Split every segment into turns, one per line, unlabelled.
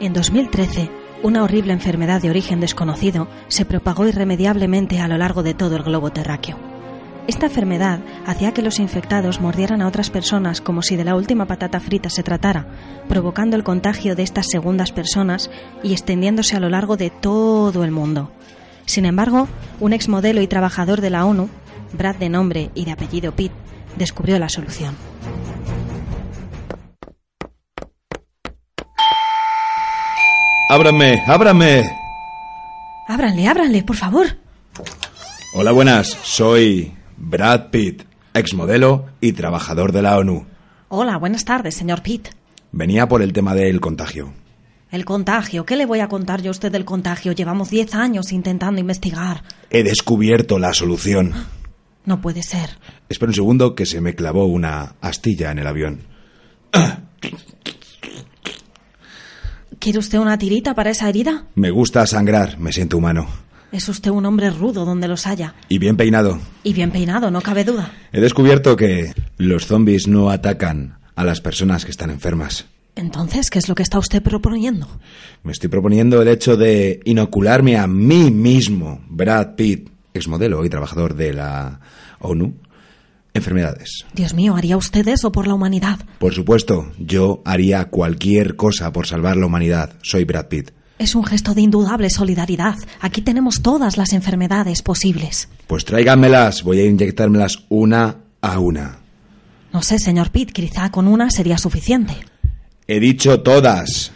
En 2013, una horrible enfermedad de origen desconocido se propagó irremediablemente a lo largo de todo el globo terráqueo. Esta enfermedad hacía que los infectados mordieran a otras personas como si de la última patata frita se tratara, provocando el contagio de estas segundas personas y extendiéndose a lo largo de todo el mundo. Sin embargo, un exmodelo y trabajador de la ONU, Brad de nombre y de apellido Pitt, descubrió la solución.
Ábrame, ábrame.
Ábranle, ábranle, por favor.
Hola, buenas. Soy Brad Pitt, exmodelo y trabajador de la ONU.
Hola, buenas tardes, señor Pitt.
Venía por el tema del contagio.
El contagio, ¿qué le voy a contar yo a usted del contagio? Llevamos 10 años intentando investigar.
He descubierto la solución.
No puede ser.
Espera un segundo que se me clavó una astilla en el avión.
¿Quiere usted una tirita para esa herida?
Me gusta sangrar, me siento humano.
Es usted un hombre rudo donde los haya.
Y bien peinado.
Y bien peinado, no cabe duda.
He descubierto que los zombies no atacan a las personas que están enfermas.
Entonces, ¿qué es lo que está usted proponiendo?
Me estoy proponiendo el hecho de inocularme a mí mismo, Brad Pitt, exmodelo y trabajador de la ONU, enfermedades.
Dios mío, ¿haría usted eso por la humanidad?
Por supuesto, yo haría cualquier cosa por salvar la humanidad. Soy Brad Pitt.
Es un gesto de indudable solidaridad. Aquí tenemos todas las enfermedades posibles.
Pues tráiganmelas, voy a inyectármelas una a una.
No sé, señor Pitt, quizá con una sería suficiente.
He dicho todas.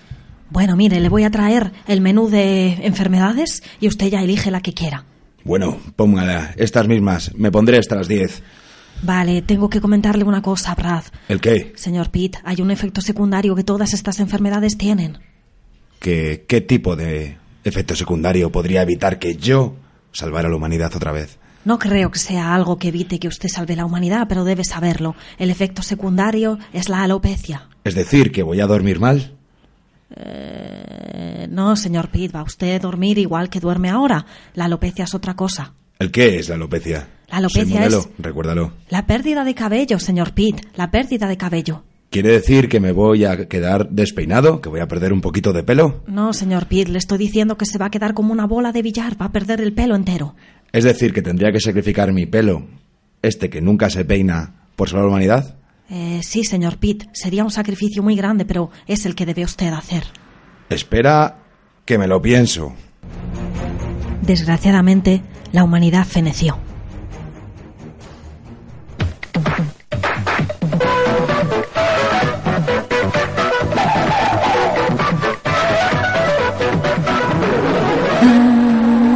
Bueno, mire, le voy a traer el menú de enfermedades y usted ya elige la que quiera.
Bueno, póngala, estas mismas. Me pondré hasta las 10.
Vale, tengo que comentarle una cosa, Brad.
¿El qué?
Señor Pitt, hay un efecto secundario que todas estas enfermedades tienen.
¿Qué, ¿Qué tipo de efecto secundario podría evitar que yo salvara a la humanidad otra vez?
No creo que sea algo que evite que usted salve la humanidad, pero debe saberlo. El efecto secundario es la alopecia.
Es decir, que voy a dormir mal.
Eh, no, señor Pitt, va usted a dormir igual que duerme ahora. La alopecia es otra cosa.
¿El qué es la alopecia?
La alopecia
Soy modelo,
es-
recuérdalo.
La pérdida de cabello, señor Pitt, la pérdida de cabello.
¿Quiere decir que me voy a quedar despeinado? ¿Que voy a perder un poquito de pelo?
No, señor Pitt, le estoy diciendo que se va a quedar como una bola de billar, va a perder el pelo entero.
Es decir, que tendría que sacrificar mi pelo, este que nunca se peina, por salvar la humanidad.
Eh, sí, señor Pitt, sería un sacrificio muy grande, pero es el que debe usted hacer.
Espera, que me lo pienso.
Desgraciadamente, la humanidad feneció.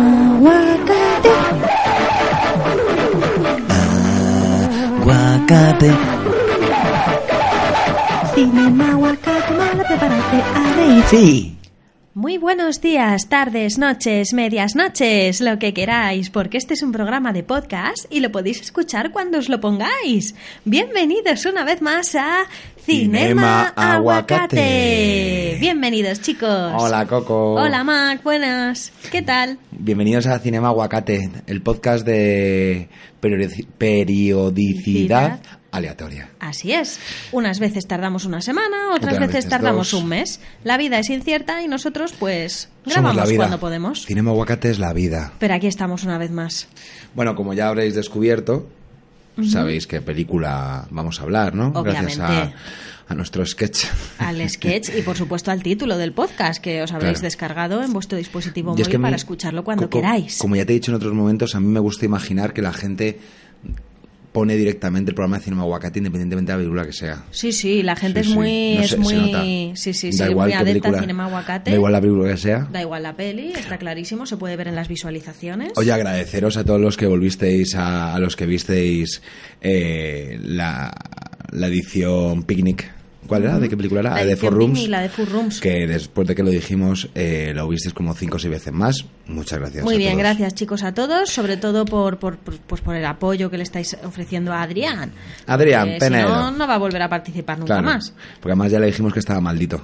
Aguacate. Aguacate.
Cinema Aguacate, mala prepárate a reír.
Sí.
Muy buenos días, tardes, noches, medias noches, lo que queráis, porque este es un programa de podcast y lo podéis escuchar cuando os lo pongáis. Bienvenidos una vez más a
Cinema
Cinema
Aguacate.
Aguacate. Bienvenidos, chicos.
Hola, Coco.
Hola, Mac, buenas. ¿Qué tal?
Bienvenidos a Cinema Aguacate, el podcast de periodi- periodicidad
Periodicidad.
aleatoria.
Así es. Unas veces tardamos una semana, otras
Otras
veces,
veces
tardamos
dos.
un mes. La vida es incierta y nosotros, pues,
Somos la
grabamos
vida.
cuando podemos.
Cinema Aguacate es la vida.
Pero aquí estamos una vez más.
Bueno, como ya habréis descubierto, sabéis qué película vamos a hablar, ¿no? Gracias a,
Obviamente.
a nuestro sketch.
Al sketch y, por supuesto, al título del podcast que os habréis
Claro.
descargado en vuestro dispositivo
Yo
móvil
es que a mí-
para escucharlo cuando
co- co-
queráis.
Como ya te he dicho en otros momentos, a mí me gusta imaginar que la gente pone directamente el programa de Cinema Aguacate independientemente de la película que sea.
Sí, sí, la gente
Sí,
es
sí.
muy.
No
es
sé, se
muy
nota.
Sí, sí,
Da
sí,
igual
muy
qué
adepta al
película-
cinema aguacate.
Da igual la película que sea.
Da igual la peli, está clarísimo, se puede ver en las visualizaciones.
Oye, agradeceros a todos los que volvisteis, a, a los que visteis eh, la, la edición Picnic. ¿Cuál era? ¿De qué película era? Ah,
La
de
edición
Four Rooms.
Picnic, la de Four Rooms.
Que después de que lo dijimos, eh, lo visteis como cinco o seis veces más. Muchas gracias.
Muy
a
bien,
todos.
gracias chicos a todos, sobre todo por, por, por- pues por el apoyo que le estáis ofreciendo a Adrián.
Adrián,
Porque Eh, si
Penedo.
no, no va a volver a participar nunca
Claro,
más.
Porque además ya le dijimos que estaba maldito.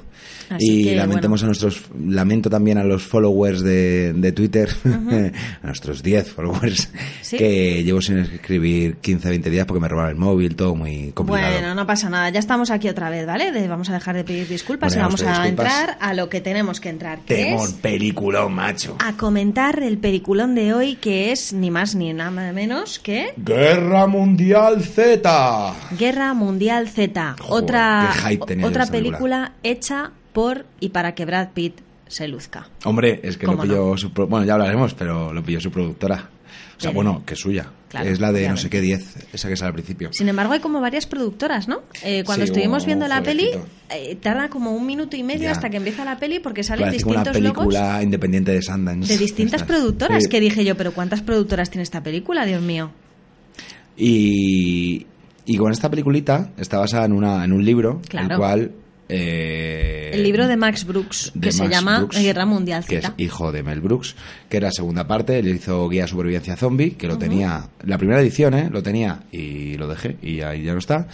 Así
y
que,
lamentemos
bueno.
a nuestros. Lamento también a los followers de, de Twitter, a nuestros 10 followers,
Sí.
que llevo sin escribir 15, 20 días porque me robaron el móvil, todo muy complicado.
Bueno, no pasa nada, ya estamos aquí otra vez, ¿vale? De- vamos a dejar de pedir disculpas
Bueno,
y vamos
usted,
a
disculpas.
entrar a lo que tenemos que entrar, que
Temor,
es
película, macho.
a comentar el peliculón de hoy, que es ni más ni nada menos que
Guerra Mundial Z.
Guerra Mundial Z,
Joder,
otra,
qué hype tenía yo
otra
esa película.
película hecha por y para que Brad Pitt se luzca.
Hombre, es que lo
¿Cómo
pilló su. pro- Bueno, ya hablaremos, pero lo pilló su productora. O sea,
Pero-
bueno, que es suya.
Claro,
es la de no
obviamente.
sé qué 10, esa que sale al principio.
Sin embargo, hay como varias productoras, ¿no? Eh, cuando
Sí,
estuvimos
un
viendo la peli,
jueguecito.
eh, tarda como un minuto y medio
Ya.
hasta que empieza la peli porque salen
Parece como
distintos
una
logos
película independiente de Sundance.
de distintas
Estas.
productoras.
Sí.
Que dije yo, pero ¿cuántas productoras tiene esta película, Dios mío?
Y, y con esta peliculita está basada en, una, en un libro,
Claro.
el cual... eh,
El libro de Max Brooks,
de
que se
Max
llama
Brooks,
Guerra Mundial
Que es
Z.
hijo de Mel Brooks, que era segunda parte, él hizo Guía a Supervivencia Zombie, que lo tenía, la primera edición, ¿eh? Lo tenía y lo dejé y ahí ya no está.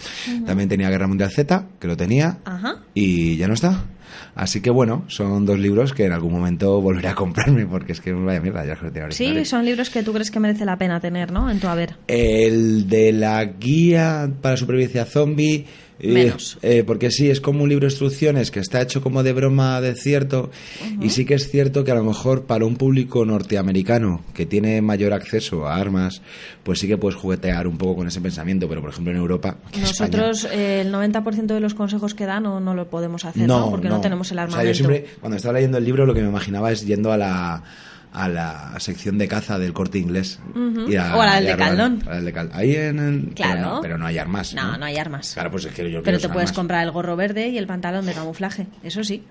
También tenía Guerra Mundial Z, que lo tenía
Ajá.
y ya no está. Así que bueno, son dos libros que en algún momento volveré a comprarme, porque es que vaya mierda, ya que lo tenía
Sí,
originales.
son libros que tú crees que merece la pena tener, ¿no? En tu haber.
El de la guía para supervivencia zombie. eh,
Menos.
eh, porque sí, es como un libro de instrucciones que está hecho como de broma de cierto. Y sí que es cierto que a lo mejor para un público norteamericano que tiene mayor acceso a armas, pues sí que puedes juguetear un poco con ese pensamiento. Pero por ejemplo en Europa. aquí en España,
Nosotros eh, el 90% de los consejos que dan no, no lo podemos hacer, ¿no? Porque no, tenemos el
O sea,
armamento.
yo siempre, cuando estaba leyendo el libro, lo que me imaginaba es yendo a la, a la sección de caza del corte inglés.
Ujú.
y
O al
y
de
robar-
Caldón.
al de Cal- Ahí en. en-
Claro.
Pero no, pero no hay armas.
No, no hay armas.
Claro, pues es que yo quiero
Pero te
usar
puedes
armas.
comprar el gorro verde y el pantalón de camuflaje, eso sí.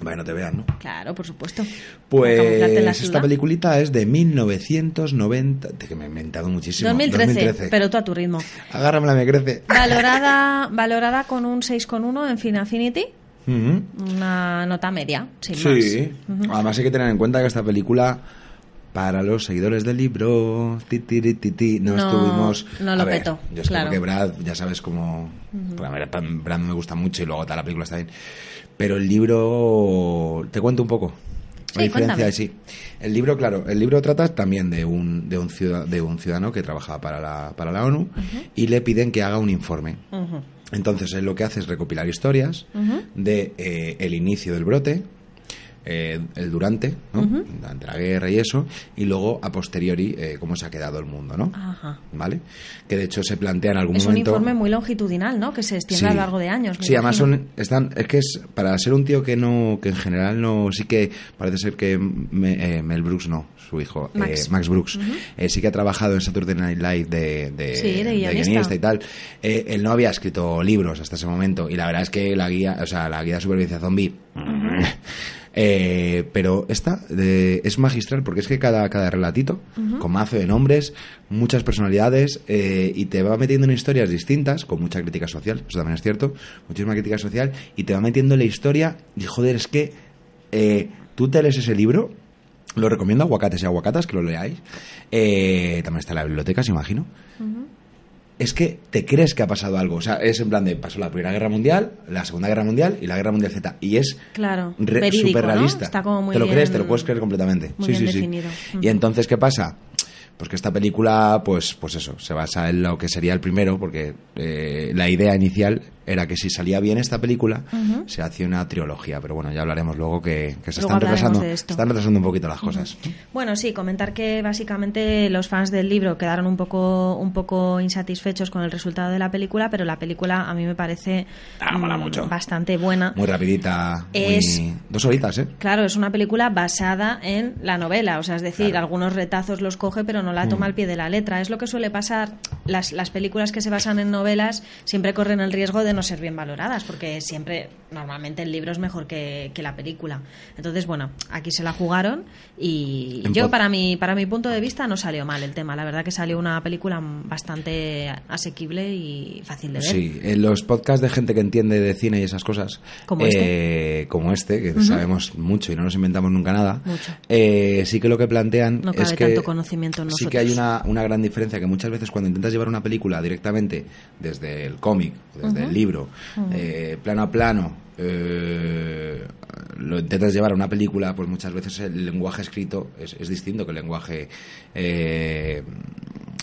Bueno, no te vean, ¿no?
Claro, por supuesto.
Pues
Camuflarte en la
esta
ciudad.
peliculita es de 1990. te- que me he inventado muchísimo.
2013,
2013.
pero Ah. tú a tu ritmo.
Agárramela, me crece.
Valorada, valorada con un 6,1 en Finafinity,
Ujú.
una nota media, sin
Sí.
más.
Además hay que tener en cuenta que esta película para los seguidores del libro ti, ti, ti, ti, ti, no,
No,
estuvimos
no lo
A ver,
petó,
yo es que
claro.
porque Brad ya sabes cómo porque a ver, Brad- Brad me gusta mucho y luego tal la película está bien pero el libro te cuento un poco
Sí, cuéntame.
sí el libro claro el libro trata también de un de un ciudad- de un ciudadano que trabajaba para la para la ONU y le piden que haga un informe
Ujú.
entonces él lo que hace es recopilar historias
Ujú.
de eh, el inicio del brote, eh, el durante, ¿no? durante la guerra y eso, y luego a posteriori eh, cómo se ha quedado el mundo, ¿no?
Ajá.
¿Vale? Que de hecho se plantea en algún
Ah. Es un
momento.
informe muy longitudinal, ¿no? Que se extiende a lo largo de años. me
Sí, además
imagino.
son, están, es que es para ser un tío que no, que en general no, sí que parece ser que me- eh, Mel Brooks no, su hijo, eh,
Max.
Max, Brooks, eh, sí que ha trabajado en Saturday Night Live de, de,
Sí, de guionista.
y tal. Eh, él no había escrito libros hasta ese momento y la verdad es que la guía, o sea, la guía de supervivencia zombie. eh, pero esta de- es magistral porque es que cada, cada relatito, con mazo de nombres, muchas personalidades eh, y te va metiendo en historias distintas, con mucha crítica social, eso también es cierto, muchísima crítica social, y te va metiendo en la historia y joder, es que eh, tú te lees ese libro, lo recomiendo, aguacates y aguacatas, que lo leáis, eh, también está en la biblioteca, se imagino, es que te crees que ha pasado algo. O sea, es en plan de pasó la Primera Guerra Mundial, la Segunda Guerra Mundial y la Guerra Mundial Z. Y es
Claro,
re-
verídico,
súper
¿no?
realista.
Está como muy
te lo crees,
bien-
te lo puedes creer completamente.
muy
sí,
bien
sí,
definido. Mm.
sí.
Ujú.
Y entonces, ¿qué pasa? Pues que esta película, pues, pues eso, se basa en lo que sería el primero, porque eh, la idea inicial era que si salía bien esta película, se hacía una trilogía. Pero bueno, ya hablaremos luego que, que se
Luego
están
hablaremos
retrasando.
de esto.
se están retrasando un poquito las cosas.
Bueno, sí, comentar que básicamente los fans del libro quedaron un poco, un poco insatisfechos con el resultado de la película, pero la película a mí me parece
Ah, mola
mm,
mucho.
bastante buena.
Muy rapidita. muy-
Es-
Dos horitas, ¿eh?
Claro, es una película basada en la novela, o sea, es decir, algunos retazos los coge, pero no la toma al pie de la letra. Es lo que suele pasar. Las, las películas que se basan en novelas siempre corren el riesgo de no ser bien valoradas, porque siempre, normalmente el libro es mejor que, que la película. Entonces, bueno, aquí se la jugaron y
En
yo,
pod-
para mi, para mi punto de vista, no salió mal el tema. La verdad que salió una película bastante asequible y fácil de ver.
Sí, en los podcasts de gente que entiende de cine y esas cosas,
Como
eh, como este, que sabemos mucho y no nos inventamos nunca nada,
Mucho.
eh, sí que lo que plantean
No
es
cabe
que
tanto conocimiento en
sí que hay
nosotros.
una, una gran diferencia que muchas veces cuando intentas llevar una película directamente desde el cómic, desde el libro, eh, plano a plano, eh, lo intentas llevar a una película, pues muchas veces el lenguaje escrito es, es distinto que el lenguaje eh,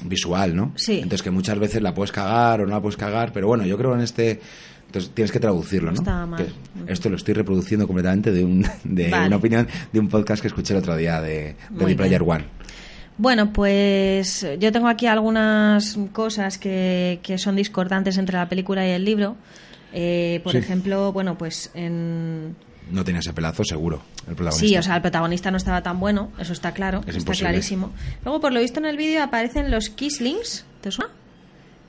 visual, ¿no?
Sí.
Entonces que muchas veces la puedes cagar o no la puedes cagar, pero bueno, yo creo en este... Entonces tienes que traducirlo, ¿no?
Está mal.
Que esto lo estoy reproduciendo completamente de, un- de
Vale.
una opinión de un podcast que escuché el otro día de, de
Muy
Ready Player
bien.
One.
Bueno, pues yo tengo aquí algunas cosas que, que son discordantes entre la película y el libro. Eh, por
Sí.
ejemplo, bueno, pues en...
No tenía ese pelazo, seguro. El protagonista.
Sí, o sea, el protagonista no estaba tan bueno, eso está claro,
Es
está
imposible.
clarísimo. Luego, por lo visto en el vídeo, aparecen los Kislings, ¿te suena?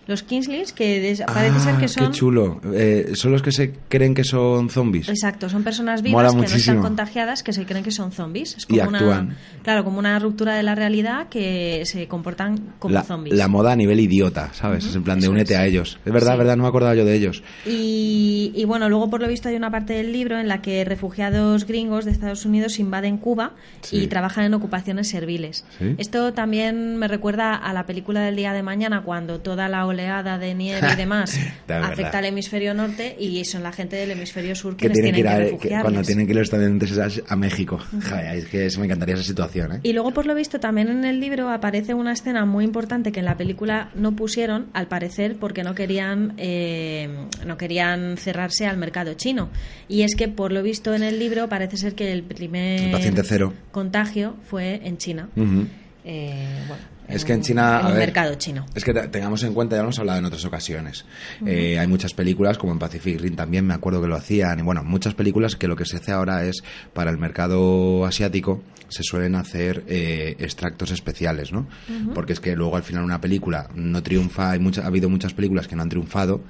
Los Kislings, que des-
Ah,
parece ser que son...
Qué chulo. Eh, son los que se creen que son zombies.
Exacto, son personas
Mola
vivas que no están
muchísimo.
contagiadas, que se creen que son zombies. Es
Y
como
actúan.
una, claro, como una ruptura de la realidad que se comportan como
la,
zombies.
la moda a nivel idiota, ¿sabes? es en plan de
eso
únete
es.
a ellos. Es verdad,
Sí.
verdad, no me acordaba yo de ellos.
Y, y bueno, luego por lo visto hay una parte del libro en la que refugiados gringos de Estados Unidos invaden Cuba
Sí.
y trabajan en ocupaciones serviles.
Sí.
Esto también me recuerda a la película del día de mañana cuando toda la oleada de nieve y demás
De verdad.
afecta al hemisferio norte y son la gente del hemisferio sur
Que
quienes
tienen que ir a, que-
refugiarles.
cuando tienen que ir los estadounidenses a, a México. Joder, es que se me encantaría esa situación, ¿eh?
Y luego, por lo visto, también en el libro aparece una escena muy importante que en la película no pusieron, al parecer, porque no querían, eh, no querían cerrarse al mercado chino. Y es que, por lo visto, en el libro parece ser que el primer
El paciente cero.
contagio fue en China.
Ujú.
Eh, bueno,
Es que en China.
En
a
un
ver,
mercado chino.
Es que te- tengamos en cuenta, ya lo hemos hablado en otras ocasiones. Eh, hay muchas películas, como en Pacific Rim también me acuerdo que lo hacían, y bueno, muchas películas que lo que se hace ahora es para el mercado asiático se suelen hacer eh, extractos especiales, ¿no? Porque es que luego al final una película no triunfa, hay mucha- ha habido muchas películas que no han triunfado,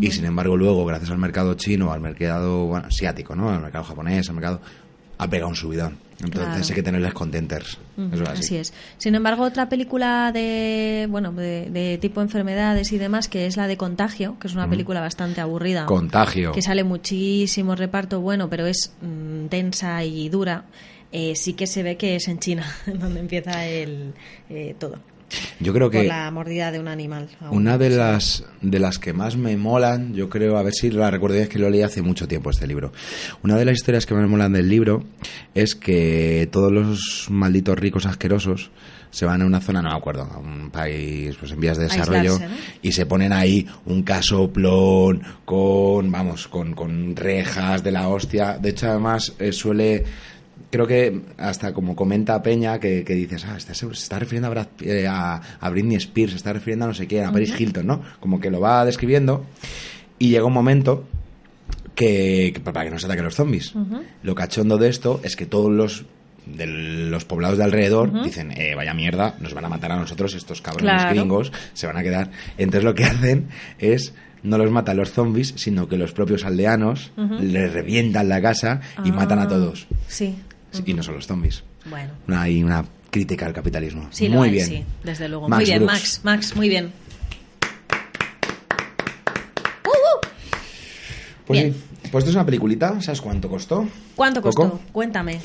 y sin embargo luego, gracias al mercado chino, al mercado bueno, asiático, ¿no? Al mercado japonés, al mercado, ha pegado un subidón. Entonces
Claro.
hay que tenerles contenters.
Ujú,
Eso es
así. es. Sin embargo, otra película de bueno de, de tipo enfermedades y demás, que es la de Contagio, que es una película bastante aburrida.
Contagio.
que sale muchísimo reparto bueno, pero es mm, densa y dura, eh, sí que se ve que es en China donde empieza el eh, todo.
Yo creo que
Por la mordida de un animal. a un-
Una de las, de las que más me molan, yo creo, a ver si la recuerdo, es que lo leí hace mucho tiempo este libro. Una de las historias que más me molan del libro es que todos los malditos ricos asquerosos se van a una zona, no me acuerdo, a un país pues en vías de desarrollo
Aislarse, ¿no?
y se ponen ahí un casoplón con, vamos, con, con rejas de la hostia. De hecho, además, eh, suele... Creo que hasta como comenta Peña que, que dices, ah, está- se está refiriendo a, Brad- eh, a, a Britney Spears, se está refiriendo a no sé quién, a Paris Hilton, ¿no? Como que lo va describiendo y llega un momento que, que- para que nos ataquen los zombies. Lo cachondo de esto es que todos los de los poblados de alrededor dicen, eh, vaya mierda, nos van a matar a nosotros estos cabrones
Claro.
gringos, se van a quedar. Entonces lo que hacen es no los matan los zombies, sino que los propios aldeanos les revientan la casa y
Ah,
matan a todos.
Sí.
Sí, Y no son los zombies.
Bueno.
Una- Hay una crítica al capitalismo.
Sí, lo
muy
hay,
bien.
sí, desde luego.
Max
muy bien,
Brooks.
Max, Max, muy bien.
Pues,
Bien.
sí. Pues esto es una peliculita, ¿sabes cuánto costó?
¿Cuánto costó?
Coco.
Cuéntame.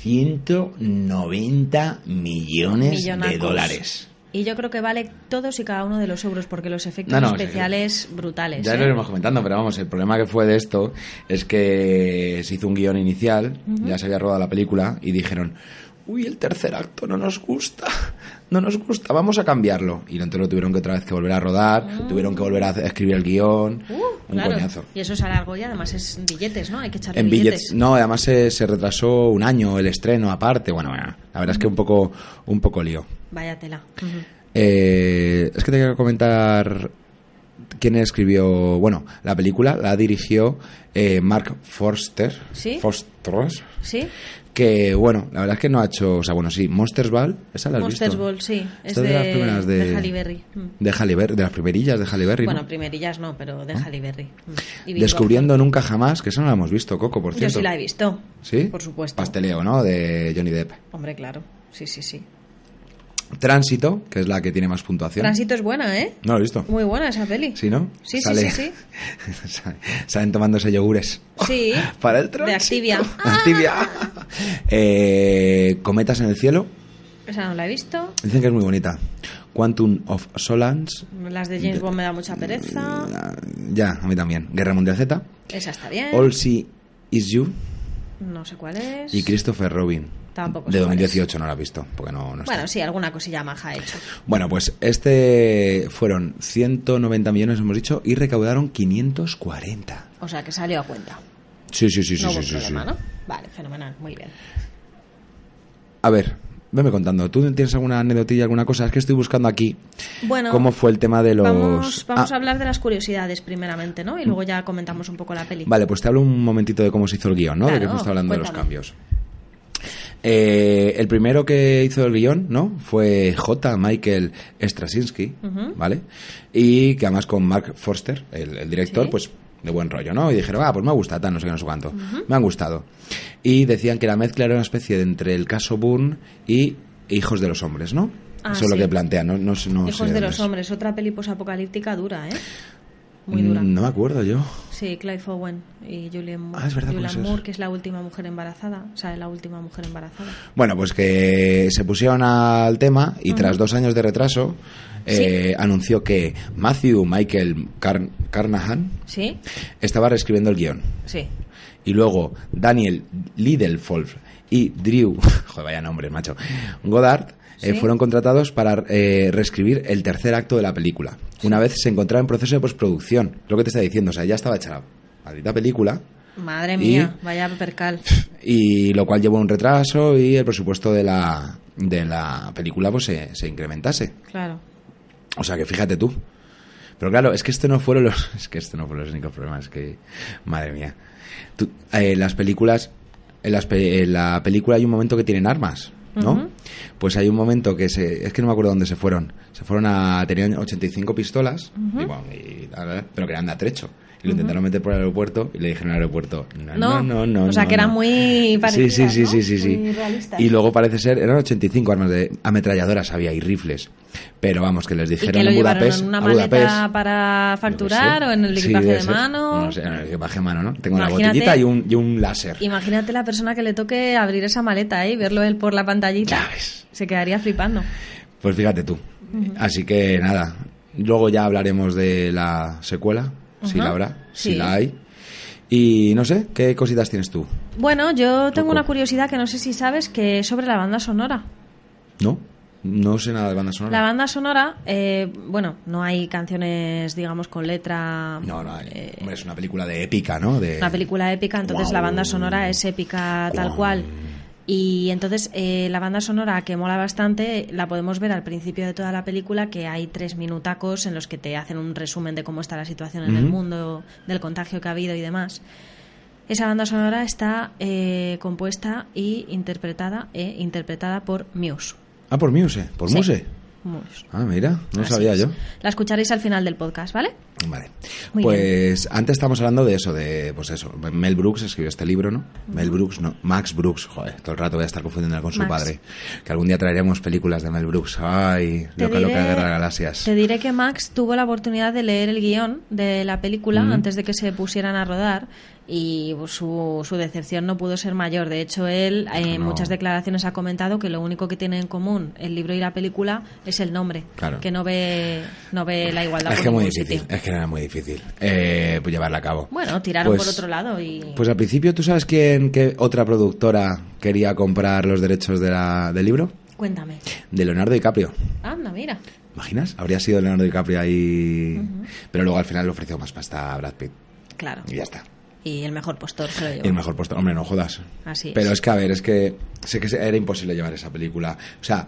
190 millones de
Millonacos.
dólares.
Y yo creo que vale todos y cada uno de los euros, porque los efectos
No, no,
especiales brutales.
Ya
¿eh?
lo iremos comentando, pero vamos, el problema que fue de esto es que se hizo un guión inicial, ya se había rodado la película y dijeron, uy, el tercer acto no nos gusta, no nos gusta, vamos a cambiarlo. Y entonces lo tuvieron que otra vez que volver a rodar, tuvieron que volver a escribir el guión,
Ah. Uh,
un
claro.
coñazo.
Y eso es a largo y además es billetes, ¿no? Hay que echarle
En
billetes.
billetes. No, además se, se retrasó un año el estreno aparte. Bueno, bueno, la verdad es que un poco, un poco lío.
Vaya tela. Ujú.
Eh, es que tengo que comentar quién escribió. Bueno, la película la dirigió eh, Mark Forster.
¿Sí?
Fos- monstruos.
¿Sí?
Que bueno, la verdad es que no ha hecho. O sea, bueno, sí, Monsters Ball, esa la has
Monsters
visto.
Ball, sí. Es
Esta
de,
de las primeras de-
de Halle Berry. Mm.
De Halle Berry- de las primerillas de Halle Berry. ¿no?
Bueno, primerillas no, pero de Halle Berry. Mm. Y Bing
Ah. Descubriendo nunca jamás, que esa no la hemos visto, Coco, por
Bong. Yo
cierto.
sí la he visto.
¿Sí?
Por supuesto.
Pasteleo, ¿no? De Johnny Depp.
Hombre, claro. Sí, sí, sí.
Tránsito, que es la que tiene más puntuación.
Tránsito es buena, ¿eh?
No lo he visto.
Muy buena esa peli.
¿Sí, no?
Sí, sí,
Sale-
sí,
Sale- Salen tomándose yogures.
Sí.
Para el tránsito.
De Activia.
Activia. Eh, cometas en el cielo.
Esa no la he visto.
Dicen que es muy bonita. Quantum of Solans.
Las de James Bond me da mucha pereza.
Ah, Ya, a mí también. Guerra Mundial Z.
Esa está bien.
All See Is You.
No sé cuál es.
Y Christopher Robin.
Tampoco
De
sé cuál es.
2018 no la has visto, porque no, no está.
Bueno, sí, alguna cosilla maja ha hecho.
Bueno, pues este fueron 190 millones, hemos dicho, y recaudaron 540.
O sea, que salió a cuenta.
Sí, sí, sí, sí,
no
sí,
hubo
sí,
problema,
sí.
¿no? Vale, fenomenal. Muy bien.
A ver, venme contando. ¿Tú tienes alguna anedotilla, alguna cosa? Es que estoy buscando aquí
Bueno,
cómo fue el tema de los...
vamos, vamos
Ah, Mm.
a hablar de las curiosidades primeramente, ¿no? Y luego ya comentamos un poco la peli.
Vale, pues te hablo un momentito de cómo se hizo el guión, ¿no? de que
Claro,
hemos estado hablando de los
cuéntame.
cambios. Eh, el primero que hizo el guión, ¿no? Fue J. Michael Straczynski, ¿vale? Y que además con Mark Forster, el, el director,
Sí.
pues de buen rollo, ¿no? Y dijeron, ah, pues me ha gustado, tal, no sé qué, no sé cuánto. Me han gustado. Y decían que la mezcla era una especie de entre el caso Bourne y Hijos de los Hombres, ¿no?
Ah,
Eso es lo
sí.
que plantean, no, no, sé- no sé
Hijos de
dónde
los
es.
hombres, otra peli posapocalíptica dura, ¿eh? Muy dura.
Mm, No me acuerdo yo.
Sí, Clive Owen y Julian Moore.
Ah, es verdad,
Julianne
puede ser.
Moore, que es la última mujer embarazada. O sea, la última mujer embarazada.
Bueno, pues que se pusieron al tema y tras dos años de retraso eh, anunció que Matthew Michael Car- Carnahan
¿Sí?
estaba reescribiendo el guión.
Sí.
Y luego Daniel Lidlfolf y Drew, joder, vaya nombre, macho, Goddard, eh,
Sí.
fueron contratados para eh, reescribir el tercer acto de la película. Una vez se encontraba en proceso de postproducción, lo que te está diciendo, o sea, ya estaba hecha la maldita película,
Madre
Y-
mía, vaya percal.
y lo cual llevó a un retraso y el presupuesto de la, de la película pues se, se incrementase.
Claro.
O sea que fíjate tú. Pero claro, es que esto no fueron los, es que esto no fueron los únicos problemas, es que madre mía. Tú, eh, las películas en, las pe- en la película hay un momento que tienen armas, ¿no?
Ujú.
Pues hay un momento que se es que no me acuerdo dónde se fueron. Se fueron a tenían 85 pistolas, y bueno, y- pero que eran de atrecho. Y lo intentaron meter por el aeropuerto y le dijeron al aeropuerto, no, no, no, no.
O sea,
no,
que eran
no".
muy parecidas,
Sí, sí, sí,
¿no?
sí, sí, sí.
Muy realistas.
Y luego parece ser, eran 85 armas de ametralladoras había y rifles. Pero vamos, que les
Y
dijeron
que lo
en
llevaron
Budapest.
en una
a
maleta
Budapest,
para facturar
yo qué
o
sé.
en el
Sí,
equipaje
debe
de
ser.
mano.
No sé, en el equipaje de mano, ¿no? Tengo una
Imagínate.
botellita y un, y un láser.
Imagínate la persona que le toque abrir esa maleta ¿eh? y verlo él por la pantallita.
Ya ves.
Se quedaría flipando.
Pues fíjate tú. Así que nada. Luego ya hablaremos de la secuela, si
Ujú.
la habrá, si
Sí.
la hay. Y no sé, ¿qué cositas tienes tú?
Bueno, yo tengo
Coco.
una curiosidad que no sé si sabes, que es sobre la banda sonora.
¿No? No sé nada de
La
banda sonora.
banda sonora, eh, bueno, no hay canciones, digamos, con letra.
No, no hay.
eh,
Hombre, es una película de épica, ¿no? De...
una película épica, entonces
Guau.
la banda sonora es épica tal
Eh, Guau.
cual. Y entonces eh, la banda sonora que mola bastante la podemos ver al principio de toda la película, que hay tres minutacos en los que te hacen un resumen de cómo está la situación en el
Ujú.
mundo, del contagio que ha habido y demás. Esa banda sonora está eh, compuesta y interpretada, e interpretada por Muse.
Ah, por Muse, por
Sí.
Muse.
Muse.
Ah, mira, no lo
Así
sabía
es.
yo.
La escucharéis al final del podcast, ¿vale?
Vale.
Muy
pues antes estábamos hablando de eso, de pues eso. Mel Brooks escribió este libro, ¿no? Mel Brooks, no. Max Brooks, joder, todo el rato voy a estar confundiéndola con su
Max.
padre. Que algún día traeremos películas de Mel Brooks. Ay,
Te
loca, loca,
diré-
guerra de galaxias.
Te diré que Max tuvo la oportunidad de leer el guión de la película antes de que se pusieran a rodar y su, su decepción no pudo ser mayor. De hecho, él eh, en
Pues No.
muchas declaraciones ha comentado que lo único que tiene en común el libro y la película es el nombre,
Claro.
que no ve, no ve la igualdad.
Es
por
que muy
ningún
difícil,
sitio.
es que era muy difícil eh, pues, llevarla a cabo.
Bueno, tiraron
Pues-
por otro lado y...
Pues al principio, ¿tú sabes quién, qué otra productora quería comprar los derechos de la- del libro?
Cuéntame.
De Leonardo DiCaprio.
Anda, mira.
¿Imaginas? Habría sido Leonardo DiCaprio ahí. Pero luego al final le ofreció más pasta a Brad Pitt.
Claro.
Y ya está.
Y el mejor postor se lo llevó.
Y el mejor puesto. Hombre, no jodas.
Así es.
Pero es que, a ver, es que sé que era imposible llevar esa película. O sea,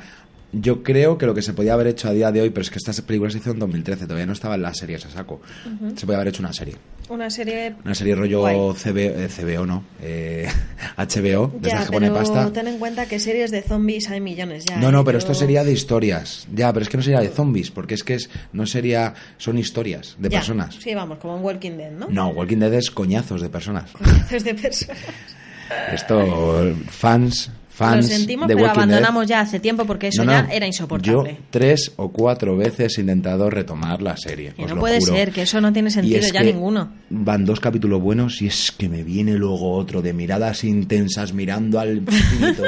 Yo creo que lo que se podía haber hecho a día de hoy, pero es que esta película se hizo en 2013, todavía no estaban las series a saco. Se podía haber hecho una serie.
Una serie.
Una serie rollo
guay.
CB, eh, CBO, no, eh, HBO, desde
Ya,
que pone
pero
pasta.
ten en cuenta que series de zombies hay millones ya.
No,
¿eh?
no, pero
Yo-
esto sería de historias. Ya, pero es que no sería de zombies, porque es que es, no sería. Son historias de
Ya,
personas.
Sí, vamos, como en Walking Dead, ¿no?
No, Walking Dead es coñazos de personas.
Coñazos de personas.
Esto, fans, fans.
Lo sentimos,
de
pero
Walking Dead.
abandonamos ya hace tiempo porque eso
No, no,
ya era
Yo
insoportable.
tres o cuatro veces he intentado retomar la serie.
Que
os
no
lo
puede
juro.
ser, que eso no tiene
Y
sentido
es
ya
que
ninguno.
Van dos capítulos buenos y es que me viene luego otro de miradas intensas mirando al infinito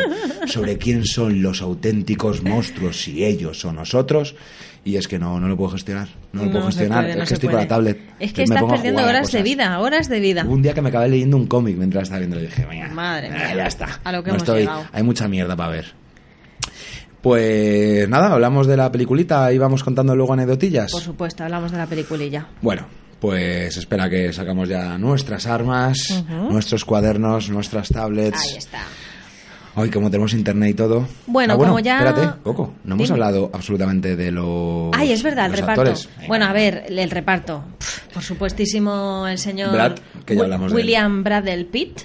sobre quién son los auténticos monstruos, si ellos o nosotros. Y es que no, no lo puedo gestionar. No lo puedo
se
gestionar.
puede, no
es que
se
estoy con
puede.
la tablet.
Es
me
que estás
pongo a
perdiendo
jugar a
horas de
cosas.
vida, horas de vida.
Hubo un día que me acabé leyendo un cómic mientras estaba viendo y dije, venga,
Madre
eh,
mía.
ya está.
A lo que
no
hemos
estoy,
llegado.
hay mucha mierda para ver. Pues nada, hablamos de la peliculita y vamos contando luego anedotillas.
Por supuesto, hablamos de la peliculilla.
Bueno, pues espera que sacamos ya nuestras armas,
Ujú.
nuestros cuadernos, nuestras tablets.
Ahí está.
Hoy, como tenemos internet y todo.
Bueno,
Ah,
como ya-
Espérate, Coco, no hemos
Dime.
hablado absolutamente de los.
Ay, es verdad, el
pues, los
reparto.
actores. Venga.
Bueno, a ver, el reparto. Pf, Por supuestísimo, el señor
Brad, que ya
Wi-
hablamos de él.
William Bradley Pitt.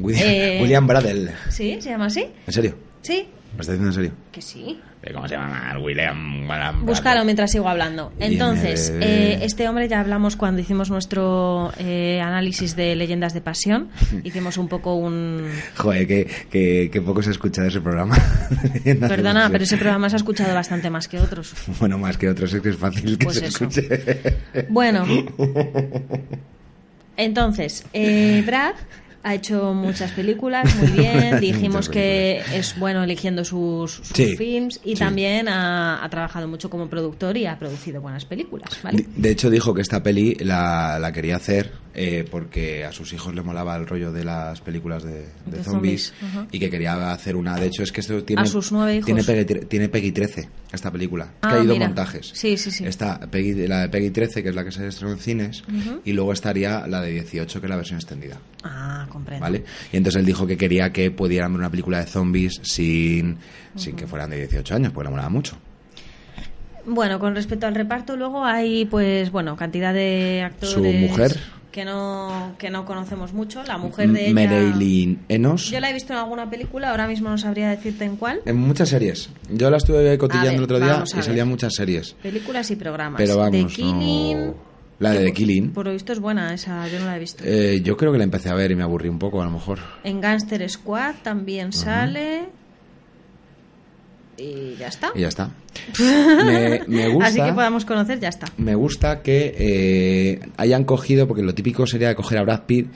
William,
eh,
William Bradell.
¿Sí? ¿Se llama así?
¿En serio?
Sí,
¿Me estás diciendo en serio?
que sí.
Eh, ¿Cómo se llama? William. Bradell.
Búscalo mientras sigo hablando.
Bien,
Entonces,
eh.
eh, este hombre ya hablamos cuando hicimos nuestro eh, análisis de leyendas de pasión. Hicimos un poco un...
Joder, que, que, que poco se escucha de ese programa. No hace
Perdona,
mucho.
pero ese programa se ha escuchado bastante más que otros.
Bueno, más que otros, es que es fácil que
Pues
se
eso.
escuche.
Bueno. Entonces, eh, Brad ha hecho muchas películas, muy bien.
Muchas
Dijimos que es bueno eligiendo sus, sus
Sí,
films y
sí.
también ha, ha trabajado mucho como productor y ha producido buenas películas, ¿vale?
De- De hecho, dijo que esta peli la, la quería hacer eh, porque a sus hijos le molaba el rollo de las películas de, de
De zombies,
zombies,
ajá.
y que quería hacer una. De hecho, es que esto tiene.
A sus nueve hijos.
Tiene Peggy, tiene Peggy 13, esta película. Es que
Ah,
hay dos
mira.
montajes.
Sí, sí, sí.
Está Peggy- la de Peggy 13, que es la que se estrenó en cines, y luego estaría la de 18, que es la versión extendida.
Ah, comprendo.
¿Vale? Y entonces él dijo que quería que pudieran ver una película de zombies sin, sin que fueran de 18 años, porque le molaba mucho.
Bueno, con respecto al reparto, luego hay, pues, bueno, cantidad de actores.
Su mujer.
Que no, que no conocemos mucho. La mujer de ella.
Marilyn Enos.
Yo la he visto en alguna película, ahora mismo no sabría decirte en cuál.
En muchas series. Yo la estuve cotillando
A ver,
el otro día
vamos a
y
ver.
salían muchas series.
Películas y programas.
Pero
The
vamos,
Killing.
no... La de The Killing.
Por lo visto es buena esa, yo no la he visto.
Eh, yo creo que la empecé a ver y me aburrí un poco, a lo mejor.
En Gangster Squad también sale. Y ya está.
Y ya está. Me, me gusta...
Así que podamos conocer, ya está.
Me gusta que eh, hayan cogido, porque lo típico sería coger a Brad Pitt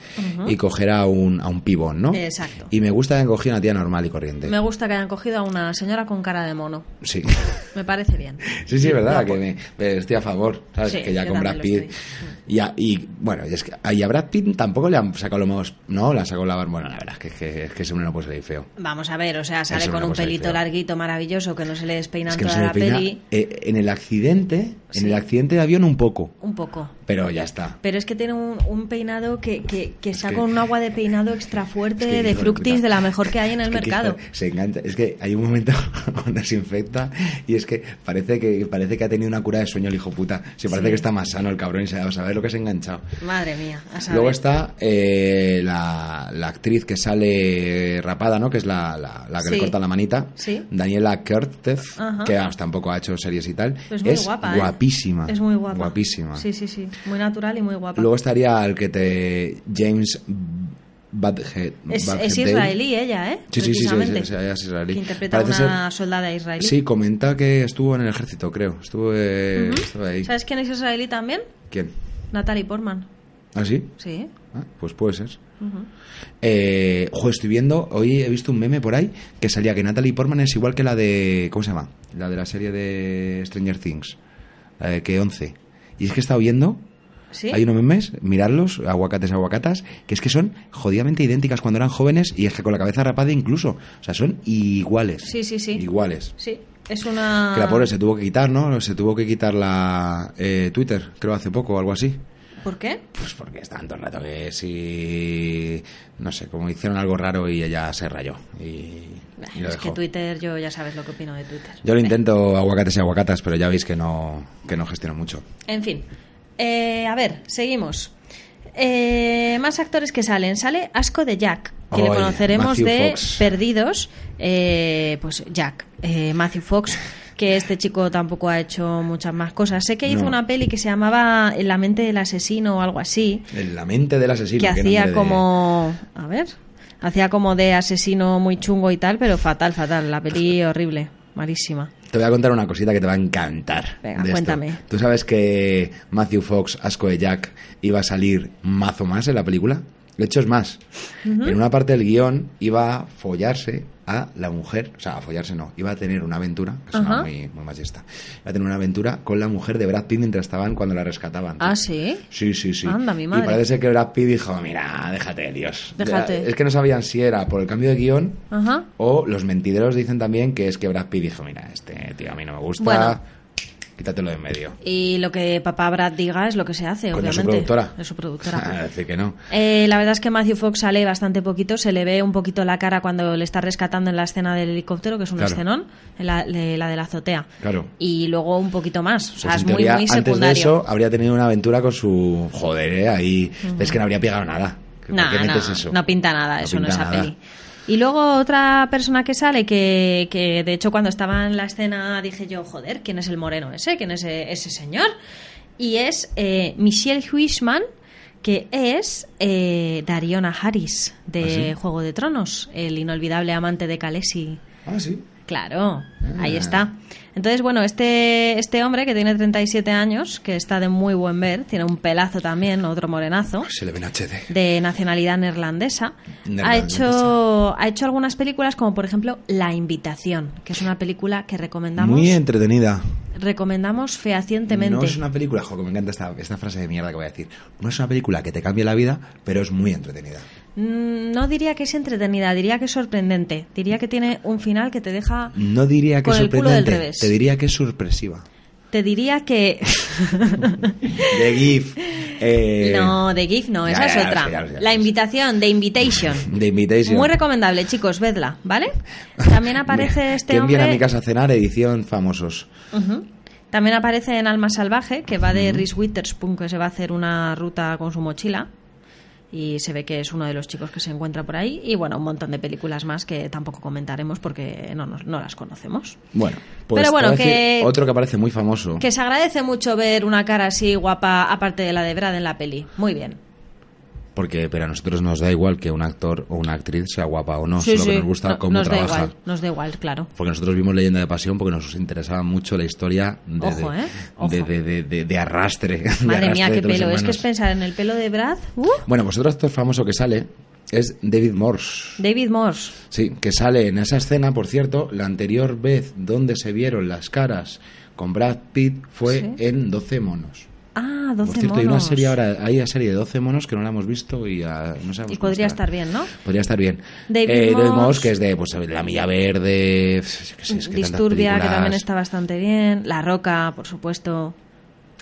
y coger a un, a un pibón, ¿no?
Exacto.
Y me gusta que han cogido a una tía normal y corriente.
Me gusta que hayan cogido a una señora con cara de mono.
Sí.
Me parece bien.
Sí, sí, es verdad,
Guapo.
que me, me estoy a favor, ¿sabes?
Sí,
que ya
yo también
con Brad
lo
Pitt. Y, a- y, bueno, y es que y a Brad Pitt tampoco le han sacado lo más. No, le han sacado la barba. Bueno, la verdad es que, que, es que ese hombre no puede salir feo.
Vamos a ver, o sea,
Eso
sale
es
con
una
un
cosa
pelito
fea.
larguito, maravilloso, que no se le despeinan
Es que no
toda
se le
la
peina.
peli.
eh, en el accidente, en
Sí.
el accidente de avión, un poco.
Un poco.
Pero ya está.
Pero es que tiene un, un peinado que, que, que está
que-
con un agua de peinado extra fuerte,
Es que,
de
hijo de
fructis,
puta.
de la mejor que hay en
Es
el
que, tío,
mercado.
se engancha. Es que hay un momento cuando se infecta y es que parece que parece que ha tenido una cura de sueño el hijo puta. Se parece que está más sano el cabrón y se a saber lo que se ha enganchado.
Madre mía, a saber.
Luego está eh, la, la actriz que sale rapada, ¿no? Que es la, la- la que le
Sí.
corta la manita.
Sí.
Daniela Kertez,
Ajá.
que vamos, tampoco ha hecho series y tal.
Pero es muy guapa, ¿eh?
guapísima.
Es muy guapa.
Guapísima.
Sí, sí, sí. Muy natural y muy guapa.
Luego estaría el que te... James Badhead.
es, es israelí ella, ¿eh?
Sí, sí, sí, sí, sí,
Precisamente.
sí, ella es israelí.
Que interpreta a
Parece
una
ser-
soldada israelí.
Sí, comenta que estuvo en el ejército, creo. Estuvo, eh, estuvo ahí.
¿Sabes quién es israelí también?
¿Quién?
Natalie Portman.
¿Ah, sí?
Sí.
Ah, pues puede ser. Eh, jo, estoy viendo, hoy he visto un meme por ahí que salía que Natalie Portman es igual que la de. ¿Cómo se llama? La de la serie de Stranger Things. La de que 11. Y es que he estado viendo.
¿Sí?
Hay unos memes, mirarlos, aguacates, aguacatas, que es que son jodidamente idénticas cuando eran jóvenes y es que con la cabeza rapada incluso. O sea, son iguales.
Sí, sí, sí.
Iguales.
Sí. Es una...
Ah. Que la pobre se tuvo que quitar, ¿no? Se tuvo que quitar la eh, Twitter, creo hace poco o algo así.
¿Por qué?
Pues porque es tanto el rato que si. No sé, como hicieron algo raro y ella se rayó. Y,
Bah,
y lo
es que
dejó.
Twitter, yo ya sabes lo que opino de Twitter.
Yo lo intento aguacates y aguacatas, pero ya veis que no, que no gestiono mucho.
En fin. Eh, a ver, seguimos. Eh, más actores que salen. Sale Asco de Jack, que le
Ay,
conoceremos
Matthew
de
Fox.
Perdidos. Eh, pues Jack, eh, Matthew Fox, que este chico tampoco ha hecho muchas más cosas. Sé que hizo
No.
una peli que se llamaba En La mente del asesino o algo así,
En la mente del asesino.
que
qué
hacía
nombre de-
como... A ver, hacía como de asesino muy chungo y tal, pero fatal, fatal. La peli horrible, malísima.
Te voy a contar una cosita que te va a encantar.
Venga,
de esto.
cuéntame.
¿Tú sabes que Matthew Fox, Asco de Jack, iba a salir mazo más en la película? De hecho, es más. En una parte del guión iba a follarse a la mujer, o sea, a follarse no, iba a tener una aventura, que suena
Ajá.
muy, muy machista, iba a tener una aventura con la mujer de Brad Pitt mientras estaban cuando la rescataban.
Ah, ¿sí?
Sí, sí, sí.
Anda, mi madre.
Y parece ser que Brad Pitt dijo, mira, déjate, de Dios.
Déjate.
Es que no sabían si era por el cambio de guión
Ajá.
o los mentideros dicen también que es que Brad Pitt dijo, mira, este tío a mí no me gusta,
Bueno.
quítatelo de en medio.
Y lo que papá Brad diga es lo que se hace,
Coño, es su
obviamente.
productora.
Es su productora.
Así que no.
Eh, la verdad es que Matthew Fox sale bastante poquito, se le ve un poquito la cara cuando le está rescatando en la escena del helicóptero, que es un
Claro.
escenón, en la de, la de la azotea.
Claro.
Y luego un poquito más, o sea,
Pues,
es
en
muy,
teoría,
muy
antes
secundario.
de eso habría tenido una aventura con su joder, ¿eh? ahí es que no habría pegado nada. ¿Por
Nah,
qué
nah,
metes eso?
no pinta nada
No
eso en
pinta
esa
nada.
peli. Y luego otra persona que sale, que, que de hecho cuando estaba en la escena dije yo, joder, ¿quién es el moreno ese? ¿Quién es eh, ese señor? Y es eh, Michelle Huishman, que es eh, Dariona Harris de
¿Ah, sí?
Juego de Tronos, el inolvidable amante de Khaleesi.
Ah, sí.
Claro, ahí
Ah.
está. Entonces, bueno, este, este hombre que tiene 37 años, que está de muy buen ver, tiene un pelazo también, otro morenazo
Pues Se le ve en HD.
de nacionalidad neerlandesa,
Neerlandesa.
ha hecho ha hecho algunas películas como por ejemplo La invitación, que es una película que recomendamos
Muy entretenida.
recomendamos fehacientemente.
No es una película, jo, que me encanta esta, esta frase de mierda que voy a decir. No es una película que te cambie la vida, pero es muy entretenida.
Mm, no diría que es entretenida, diría que es sorprendente, diría que tiene un final que te deja
No diría que
Con el culo del
sorprendente,
revés.
te diría que es sorpresiva.
te diría que
De GIF. eh,
no, de GIF no,
ya,
esa
ya, ya
es
lo
otra.
sé, ya lo sé, ya
La
lo sé.
invitación, de Invitation.
De Invitation.
Muy recomendable, chicos, vedla, ¿vale? También aparece este
¿Quién
hombre
viene a mi casa a cenar? Edición famosos.
Ujú. También aparece en Alma Salvaje, que va de Reese Witherspoon, que se va a hacer una ruta con su mochila. Y se ve que es uno de los chicos que se encuentra por ahí. Y bueno, un montón de películas más que tampoco comentaremos porque no, nos- no las conocemos.
Bueno, pues
Pero bueno,
te voy a decir
que-
otro que aparece muy famoso.
Que se agradece mucho ver una cara así guapa, aparte de la de Brad en la peli. Muy bien.
Porque pero a nosotros nos da igual que un actor o una actriz sea guapa o no,
Sí,
solo
sí.
que nos gusta
No-
cómo
nos
trabaja.
Da igual, nos da igual, claro.
Porque nosotros vimos Leyenda de Pasión porque nos interesaba mucho la historia de,
Ojo,
de,
¿eh? Ojo.
de- de- de- de- de arrastre. de
Madre
arrastre
mía,
este de
qué pelo.
los
Es que
hermanos.
es pensar en el pelo de Brad. ¡Uh!
Bueno, pues otro actor famoso que sale es David Morse.
David Morse.
Sí, que sale en esa escena, por cierto, la anterior vez donde se vieron las caras con Brad Pitt fue
Sí.
en 12 monos.
Ah, 12
Por cierto,
monos.
hay una serie ahora, hay una serie de 12 monos que no la hemos visto y ah, no sabemos
Y
cómo
podría
estará.
estar bien, ¿no?
Podría estar bien.
David
Eh, David
Moss.
Moss, que es de pues, La Milla Verde, pf, yo qué sé, es que tantas
Disturbia, que
películas.
también está bastante bien. La Roca, por supuesto.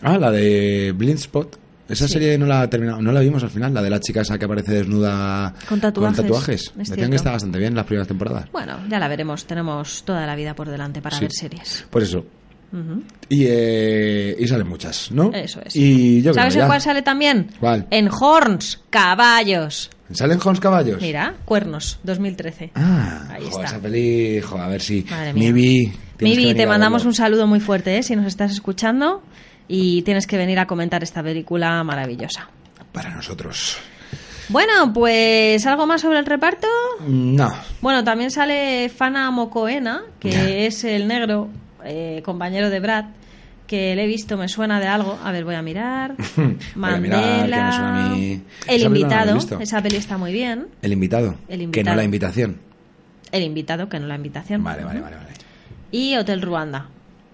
Ah, la de Blind Spot. Esa serie no la terminamos, no la vimos al final, la de la chica esa que aparece desnuda
Con tatuajes, es
Decían
cierto.
que está bastante bien las primeras temporadas.
Bueno, ya la veremos. Tenemos toda la vida por delante para
Sí.
ver series.
Por eso.
Ujú.
Y, eh, y salen muchas, ¿no?
Eso es.
Y yo creo
¿Sabes
que
en
ya.
cuál sale también?
¿Cuál?
En Horns, caballos.
¿Salen Jones Caballos?
Mira, Cuernos, 2013.
Ah,
Ahí
jo,
está.
esa peli, jo, a ver si.
Madre mía.
Ah, Mibi. tienes que
Mivi,
venir
te
a
mandamos
verlo.
un saludo muy fuerte, ¿eh? si nos estás escuchando. Y tienes que venir a comentar esta película maravillosa.
Para nosotros.
Bueno, pues algo más sobre el reparto.
No.
Bueno, también sale Fana Mocoena, que
Ya.
es el negro eh, compañero de Brad, que le he visto, me suena de algo. A ver, voy a mirar.
Voy a mirar, que me suena a mí.
El
Esa película no la he
invitado,
visto.
esa peli está muy bien.
El invitado.
El
Que no
invitado.
la invitación.
El invitado, que no la invitación.
Vale, vale, vale. vale.
Y Hotel Ruanda.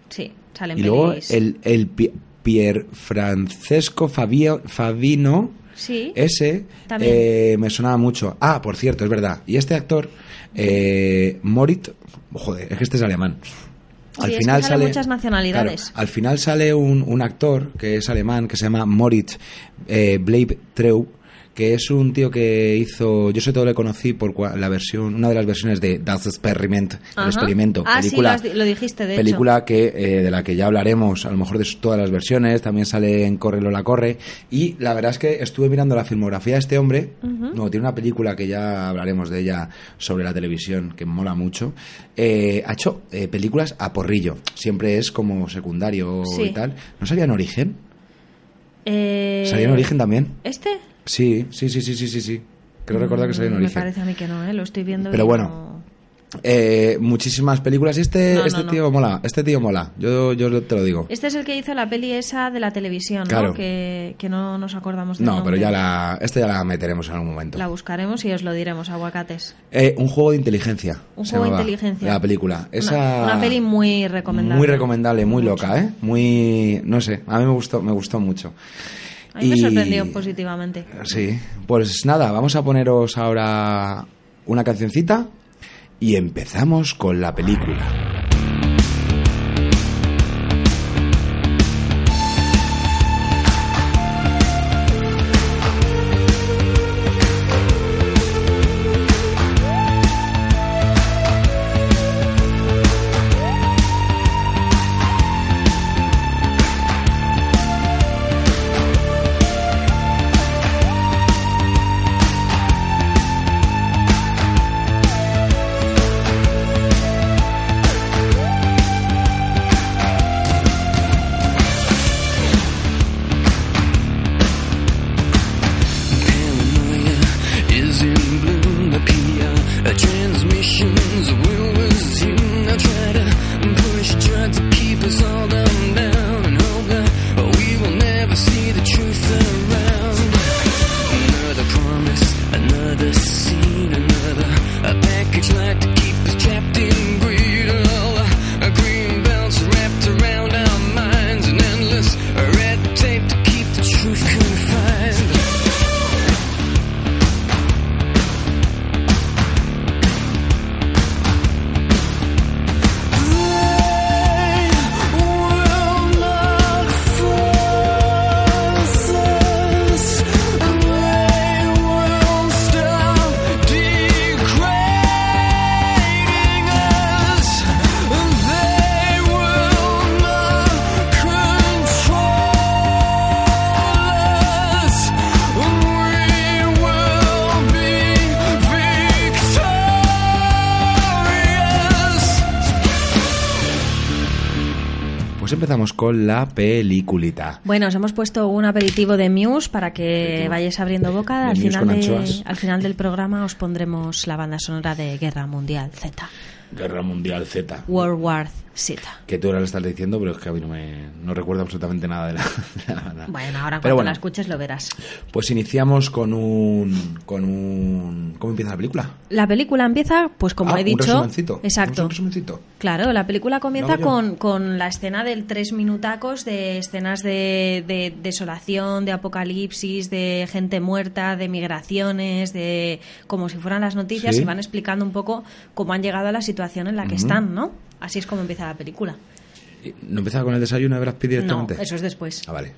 Sí, salen
Y luego
pelis.
el, el Pi- Pier Francesco Fabio, Fabino,
Sí.
ese,
También.
eh, me sonaba mucho. Ah, por cierto, es verdad. Y este actor, eh, Morit, joder, es que este es alemán. Al
Sí, es que
final
salen
sale
muchas nacionalidades.
Claro, al final sale un, un actor que es alemán que se llama Moritz eh, Bleib Treu, que es un tío que hizo. Yo sobre todo le conocí por cua- la versión, una de las versiones de Das Experiment, el
Ajá.
experimento,
Ah, sí,
película.
lo has di- lo dijiste, de hecho.
película que eh, de la que ya hablaremos, a lo mejor de su- todas las versiones. También sale en Corre la corre. Y la verdad es que estuve mirando la filmografía de este hombre. No, tiene una película que ya hablaremos de ella sobre la televisión que mola mucho. Eh, ha hecho eh, películas a porrillo. Siempre es como secundario
Sí.
y tal. ¿No salía en Origen?
Eh,
¿Salía en Origen también?
¿Este?
Sí, sí, sí, sí, sí, sí. sí. Creo recordar que salía en
Mm,
Origen.
Me parece a mí que no, ¿eh? Lo estoy viendo.
Pero
y
bueno,
no-
Eh, muchísimas películas. Y este,
No, no,
este
no.
tío mola. Este tío mola. Yo, yo te lo digo.
Este es el que hizo la peli esa de la televisión,
Claro.
¿no? Que, que no Pues nos acordamos de
No, pero ya la, esta ya la meteremos en algún momento.
La buscaremos y os lo diremos, aguacates.
Eh, un juego de inteligencia.
Un
se
juego de
llamaba
inteligencia.
La película.
Una-
Esa-
una peli muy recomendable.
Muy recomendable, muy
Mucho.
loca, ¿eh? Muy. No sé, a mí me gustó, me gustó mucho.
A mí me
Y-
sorprendió positivamente.
Sí, pues nada, vamos a poneros ahora una cancioncita y empezamos con la película.
Paranoia is in bloom. The PR transmissions will resume. I try to push, try to keep us all down, down, and hope that we will never see the truth around. Another promise, another scene, another a package like to keep us trapped in greed. All a green belts wrapped around our minds, and endless red tape to keep the truth confined. Victorious!
Pues empezamos con la peliculita.
Bueno, os hemos puesto un aperitivo de Muse para que
Aperitivo.
vayáis abriendo boca.
De
Al
Muse
final,
con
de-
anchoas.
al final del programa os pondremos la banda sonora de Guerra Mundial Z,
Guerra Mundial Z.
World War Z.
Que tú ahora lo estás diciendo, pero es que a mí no me no recuerdo absolutamente nada de la, de la banda.
Bueno, ahora cuando
Pero bueno,
la escuches lo verás.
Pues iniciamos con un. con un. ¿Cómo empieza la película?
La película empieza, pues como
Ah,
he
un
dicho,
resumencito.
exacto.
Un resumencito.
Claro, la película comienza
Lo hago
con, con la escena del tres minutacos, de escenas de, de desolación, de apocalipsis, de gente muerta, de migraciones, de como si fueran las noticias
Sí.
y van explicando un poco cómo han llegado a la situación en la que están, ¿no? Así es como empieza la película.
Eh, ¿No empezaba con el desayuno de Brad Pitt
No,
directamente?
eso es después.
Ah, vale.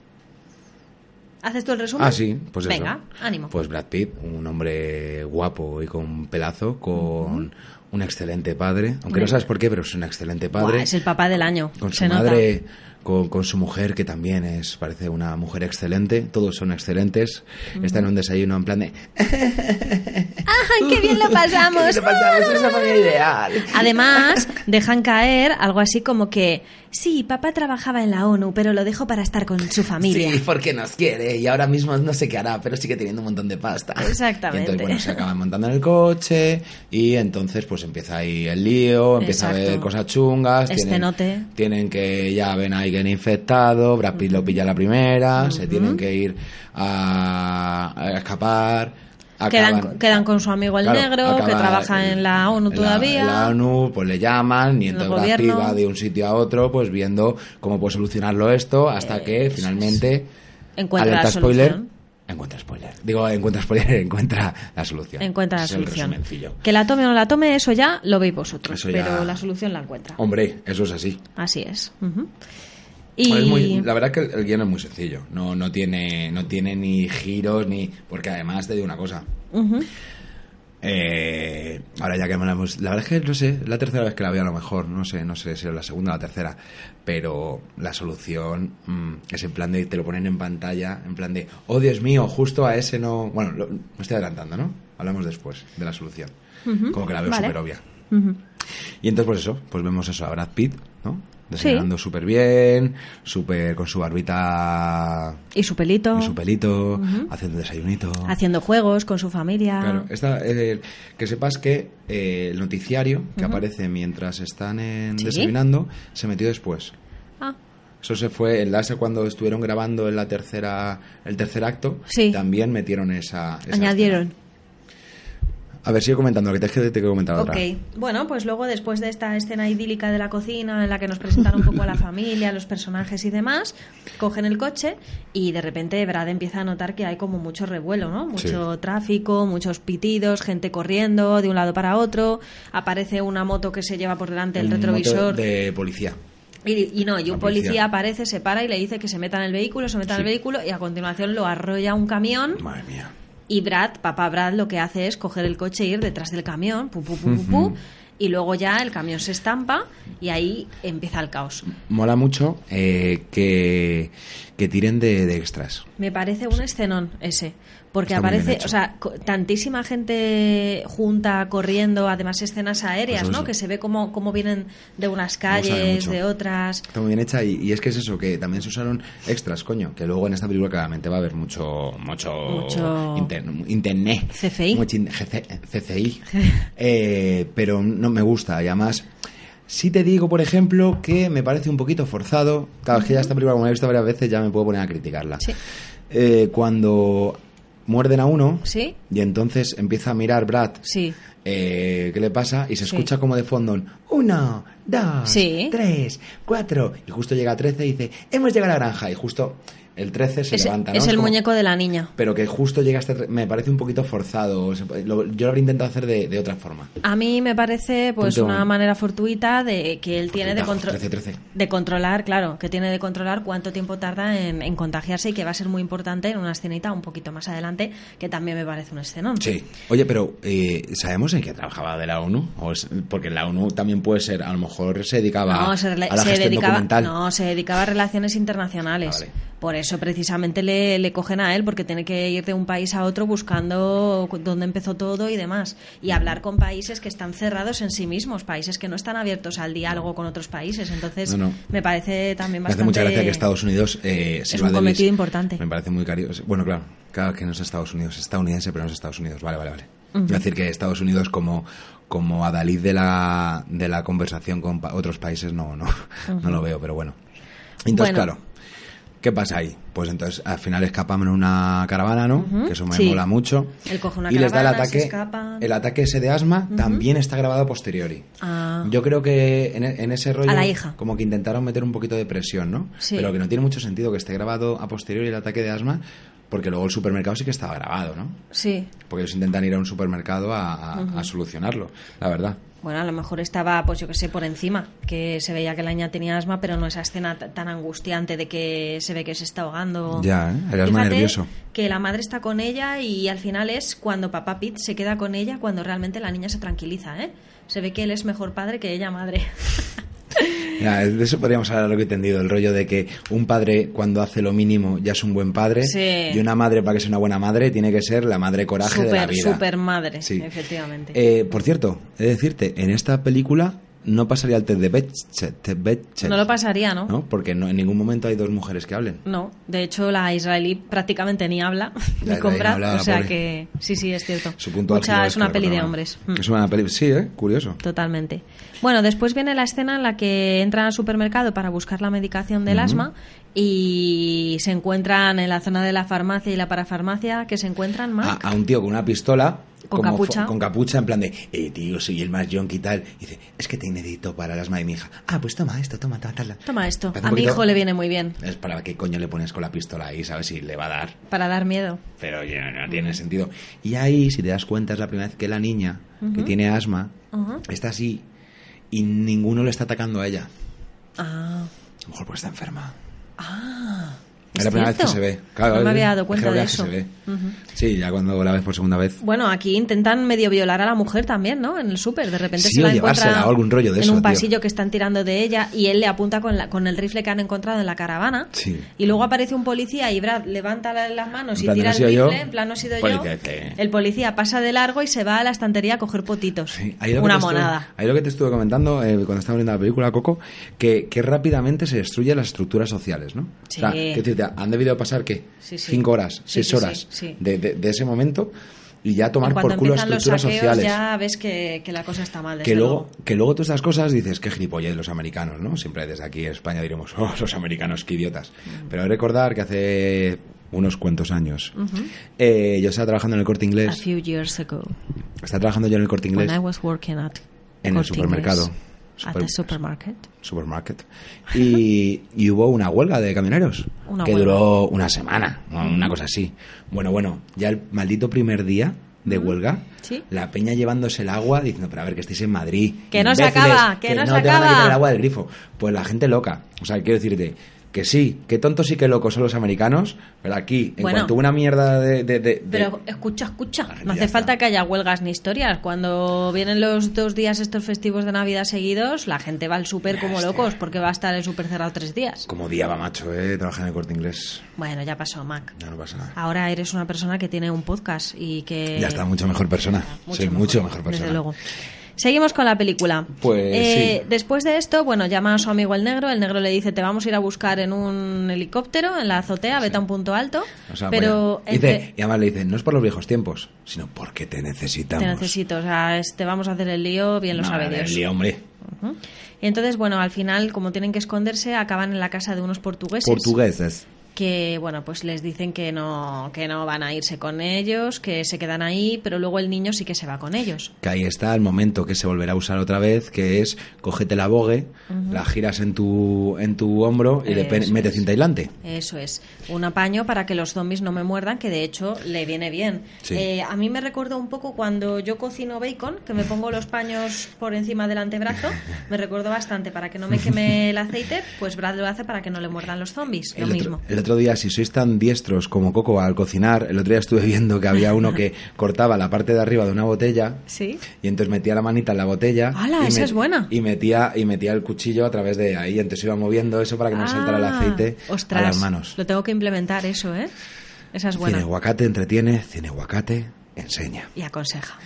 ¿Haces tú el resumen?
Ah, sí, pues eso.
Venga, ánimo.
Pues Brad Pitt, un hombre guapo y con pelazo, con un excelente padre. Aunque no sabes por qué, pero es un excelente
Buah,
padre.
es el papá del año.
con su
se nota.
madre, con, con su mujer, que también es, parece una mujer excelente, todos son excelentes, están en un desayuno en plan de...
¡Ay, qué bien lo pasamos!
"¿Qué te pasa? Es una familia ideal.
Además, dejan caer algo así como que, sí, papá trabajaba en la ONU, pero lo dejó para estar con su familia.
Sí, porque nos quiere y ahora mismo no sé qué hará, pero sigue teniendo un montón de pasta.
Exactamente.
Y entonces, bueno, se acaban montando en el coche y entonces pues empieza ahí el lío, empieza a
Exacto. Este
haber cosas chungas.
Escenote.
Tienen, tienen que, ya ven a alguien infectado, Brad Pitt lo pilla la primera, se tienen que ir a, a escapar.
Quedan,
acaban-
quedan con su amigo el
Claro,
negro, que
acaba
trabaja
el-
en la ONU
en
todavía.
en la ONU, pues le llaman y
En el
entonces Brad Pitt
gobierno.
va de un sitio a otro, pues viendo cómo puede solucionarlo esto, hasta que finalmente.
Encuentra la
alerta
solución.
spoiler. Encuentra spoiler. Digo, encuentra spoiler, encuentra la solución.
Encuentra la
Ese
solución.
Es el resumencillo.
Que la tome o no la tome, eso ya lo veis vosotros,
Eso ya- Oh.
pero la solución la encuentra.
Hombre, eso es así.
Así es. Ujú. Y
Pues Es muy- la verdad es que el- el guión es muy sencillo. No, no, tiene, no tiene ni giros ni. Porque además te digo una cosa.
Ujú.
Eh, ahora ya que me la hemos... La verdad es que no sé, es la tercera vez que la veo a lo mejor, no sé, no sé si es la segunda o la tercera, pero la solución mm, es en plan de te lo ponen en pantalla, en plan de, oh Dios mío, justo a ese no... Bueno, lo- me estoy adelantando, ¿no? Hablamos después de la solución. Como que la veo
vale.
súper obvia.
Ujú.
Y entonces, pues eso, pues vemos eso a Brad Pitt, ¿no?
Sí.
Desayunando súper bien, súper con su barbita
Y su pelito.
y su pelito, haciendo desayunito.
Haciendo juegos con su familia.
Claro, esta, eh, que sepas que eh, el noticiario que aparece mientras están en
Sí.
desayunando se metió después.
Ah,
Eso se fue enlace cuando estuvieron grabando en la tercera, el tercer acto.
Sí.
También metieron esa. esa
añadieron.
escena. A ver, sigue comentando, que te, que te he comentado
Ok, bueno, pues luego después de esta escena idílica de la cocina en la que nos presentan un poco a la familia, los personajes y demás, cogen el coche y de repente Brad empieza a notar que hay como mucho revuelo, ¿no? Mucho tráfico, muchos pitidos, gente corriendo de un lado para otro, aparece una moto que se lleva por delante el,
Un
retrovisor
moto De policía.
y, y no, y un
La
policía.
policía.
aparece, se para y le dice que se meta en el vehículo, se meta en el
Sí.
vehículo y a continuación lo arrolla un camión.
Madre mía.
Y Brad, papá Brad, lo que hace es coger el coche e ir detrás del camión, pu, pu, pu, pu, pu, y luego ya el camión se estampa y ahí empieza el caos.
Mola mucho eh, que, que tiren de, de extras.
Me parece un escenón ese, porque
Está muy bien
aparece,
hecho.
o sea, co- tantísima gente junta, corriendo, además escenas aéreas,
Eso,
¿no?
eso.
Que se ve cómo, cómo vienen de unas
sale
calles,
mucho.
de otras.
Está muy bien hecha y, y es que es eso, que también se usaron extras, coño, que luego en esta película claramente va a haber mucho mucho,
Mucho-
inter- internet.
CCI.
Mucho in- GC CCI. Eh, pero no me gusta y además... Si te digo, por ejemplo, que me parece un poquito forzado, cada vez que ya esta película, como la he visto varias veces, ya me puedo poner a criticarla.
Sí.
Eh, cuando muerden a uno
Sí.
y entonces empieza a mirar Brad
Sí.
eh, ¿Qué le pasa? Y se
Sí.
escucha como de fondo un uno, dos,
Sí.
tres, cuatro. Y justo llega a 13 y dice, hemos llegado a la granja. Y justo el 13 se
Es,
levanta. ¿no?
es el
como-
muñeco de la niña.
Pero que justo llega este... tre- Me parece un poquito forzado. Se- lo- yo lo habría intentado hacer de, de otra forma.
A mí me parece pues
Punto.
una manera fortuita de que él tiene de,
Fortuita,
contro-
13.
de controlar, claro, que tiene de controlar cuánto tiempo tarda en, en contagiarse y que va a ser muy importante en una escenita un poquito más adelante, que también me parece un escenón.
Sí. Oye, pero eh, ¿sabemos en qué trabajaba de la ONU? O es- porque la ONU también puede ser, a lo mejor se dedicaba
No, se, rela-
a la
se
gestión
dedicaba,
documental.
no, se dedicaba a relaciones internacionales.
Ah, vale.
Por eso precisamente le, le cogen a él, porque tiene que ir de un país a otro buscando cu- dónde empezó todo y demás. Y hablar con países que están cerrados en sí mismos, países que no están abiertos al diálogo con otros países. Entonces,
No, no.
me parece también
Me
bastante...
hace mucha gracia que Estados Unidos eh, sirva
un
de
cometido
bis.
importante.
Me parece muy caro. Bueno, claro, claro que no es Estados Unidos, es estadounidense, pero no es Estados Unidos. Vale, vale, vale. Es decir, que Estados Unidos como como adalid de la, de la conversación con pa- otros países no no, no lo veo, pero bueno. Entonces,
Bueno.
claro, ¿qué pasa ahí? Pues entonces al final escapan en una caravana, ¿no? Que eso me
sí.
mola mucho.
Él coge una
y les da el
caravana, se
ataque,
escapan.
el ataque ese de asma también está grabado a posteriori.
Ah.
Yo creo que en, e- en ese rollo
A la hija.
como que intentaron meter un poquito de presión, ¿no?
Sí.
Pero que no tiene mucho sentido que esté grabado a posteriori el ataque de asma, porque luego el supermercado sí que estaba grabado, ¿no?
Sí.
Porque ellos intentan ir a un supermercado a, a- a solucionarlo, la verdad.
Bueno, a lo mejor estaba, pues yo que sé, por encima, que se veía que la niña tenía asma, pero no esa escena t- tan angustiante de que se ve que se está ahogando.
Ya, ¿eh? El asma
Fíjate
nervioso.
Que la madre está con ella y al final es cuando papá Pete se queda con ella, cuando realmente la niña se tranquiliza, ¿eh? Se ve que él es mejor padre que ella madre.
Ya, de eso podríamos hablar lo que he entendido, el rollo de que un padre cuando hace lo mínimo ya es un buen padre
Sí.
y una madre para que sea una buena madre tiene que ser la madre coraje de la
Súper,
vida.
súper madre,
Sí.
efectivamente.
Eh, por cierto, he de decirte, en esta película no pasaría el test de Bechdel. test Bechdel.
no lo pasaría, ¿no?
¿no? Porque no, en ningún momento hay dos mujeres que hablen.
No, de hecho la israelí prácticamente ni habla,
La
ni con
israelí no
Brad,
habla,
o
la
sea
pobre.
que sí, sí, es cierto.
Su punto
Mucha-
álgido
es una
que
peli de
programa.
hombres. Mm.
Es una peli, sí, ¿eh? Curioso.
Totalmente. Bueno, después viene la escena en la que entran al supermercado para buscar la medicación del asma y
Ah,
se encuentran en la zona de la farmacia y la parafarmacia que se encuentran más.
A, a un tío con una pistola
Con
como
capucha.
fo- Con capucha, en plan de, eh, tío, soy el más yonki y tal. Y dice, es que te necesito para el asma de mi hija. Ah, pues toma esto, toma, toma, toma.
Toma esto.
Parece un
A mi
poquito-
hijo le viene muy bien
Es para qué coño le pones con la pistola ahí, ¿sabes? Si le va a dar.
para dar miedo.
Pero ya no tiene sentido. Y ahí, si te das cuenta, es la primera vez que la niña, que tiene asma,
Ujú.
está así y ninguno le está atacando a ella.
Ah,
A lo mejor porque está enferma.
ah.
Es,
¿es
la primera vez que
cierto?
se ve. Claro,
no me
es-
había dado
es
cuenta
la
de
primera vez que
eso.
se ve.
Ujú.
Sí, ya cuando la ves por segunda vez.
Bueno, aquí intentan medio violar a la mujer también, ¿no? En el súper, de repente
Sí,
se
o
la
llevársela,
encuentra
o algún rollo de
en
eso,
un
tío.
pasillo que están tirando de ella y él le apunta con, la- con el rifle que han encontrado en la caravana.
Sí.
Y luego aparece un policía y Brad levanta la- las manos
En
y
plan,
tira
¿no he
el
sido
rifle,
yo?
en plan no he sido
Policía,
yo.
Pues dice-
El policía pasa de largo y se va a la estantería a coger potitos.
Sí, ahí lo que
Una
te estuve-
monada.
ahí lo que te estuve comentando eh, cuando estaba viendo la película Coco, que, que rápidamente se destruyen las estructuras sociales, ¿no?
Sí.
O sea, quiero decirte, han debido pasar, ¿qué?
Sí, sí.
Cinco horas,
Sí,
seis
sí,
horas
sí, sí.
De, de- de ese momento y ya tomar
En cuanto
por culo
empiezan los
estructuras
saqueos
sociales.
ya ves que, que la cosa está mal.
Que
desde
luego, que luego todas estas cosas dices, qué gilipollas los americanos, ¿no? Siempre desde aquí en España diremos, oh, los americanos, qué idiotas.
Mm.
Pero hay que recordar que hace unos cuantos años eh, yo estaba trabajando en el corte
A
inglés.
few years ago,
Estaba trabajando yo en el corte inglés.
when I was working at
En el
Corte Inglés,
supermercado.
At the supermarket.
supermarket y, y hubo una huelga de camioneros
Una
que
huelga.
duró una semana o una cosa así bueno bueno ya el maldito primer día de huelga
Sí.
la peña llevándose el agua diciendo pero a ver que estáis en Madrid
Que no se
imbéciles,
acaba, que no se
te van a quitar el
acaba".
agua del grifo pues la gente loca o sea quiero decirte que sí que tontos y que locos son los americanos pero aquí en
Bueno.
cuanto una mierda de, de- de- de-
Pero escucha, escucha,
gente
no
ya
hace
está.
falta que haya huelgas ni historias. Cuando vienen los dos días estos festivos de Navidad seguidos, la gente va al súper
Ya
como
está.
locos porque va a estar el súper cerrado tres días.
como diaba macho eh trabajar en el corte inglés
Bueno, ya pasó, Mac.
ya no pasa nada
Ahora eres una persona que tiene un podcast y que...
ya está mucho mejor persona
Eh, Mucho
soy mucho mejor persona
Desde luego. Seguimos con la película.
Pues,
Eh,
sí.
Después de esto, bueno, llama a su amigo el negro. El negro le dice: Te vamos a ir a buscar en un helicóptero, en la azotea, vete a un punto alto.
O sea,
pero
bueno, dice-
entre-
y además le dicen, no es por los viejos tiempos, sino porque te necesitamos.
Te necesito, o sea, es- te vamos a hacer el lío, bien lo
No,
sabe Dios.
el lío, hombre.
Ujú. Y entonces, bueno, al final, como tienen que esconderse, acaban en la casa de unos portugueses
Portugueses.
que, bueno, pues les dicen que no, que no van a irse con ellos, que se quedan ahí, pero luego el niño sí que se va con ellos.
Que ahí está el momento que se volverá a usar otra vez, que es cógete la bogue, la giras en tu, en tu hombro y le pe-
Eso
metes
es.
cinta aislante.
Eso es, un apaño para que los zombies no me muerdan, que de hecho le viene bien.
Sí.
Eh, a mí me recuerda un poco cuando yo cocino bacon, que me pongo los paños por encima del antebrazo, me recuerdo bastante para que no me queme el aceite, pues Brad lo hace para que no le muerdan los zombies, lo
el,
mismo.
Otro, el otro día, si sois tan diestros como Coco al cocinar, el otro día estuve viendo que había uno que cortaba la parte de arriba de una botella
Sí.
Y entonces metía la manita en la botella.
¡Hala,
y
esa es buena!
Y metía, y metía el cuchillo a través de ahí. Entonces iba moviendo eso para que no
Ah,
saltara el aceite
ostras,
a las manos.
Lo tengo que implementar eso, ¿eh? Esa es
Cine
buena.
aguacate entretiene, cine aguacate enseña.
Y aconseja.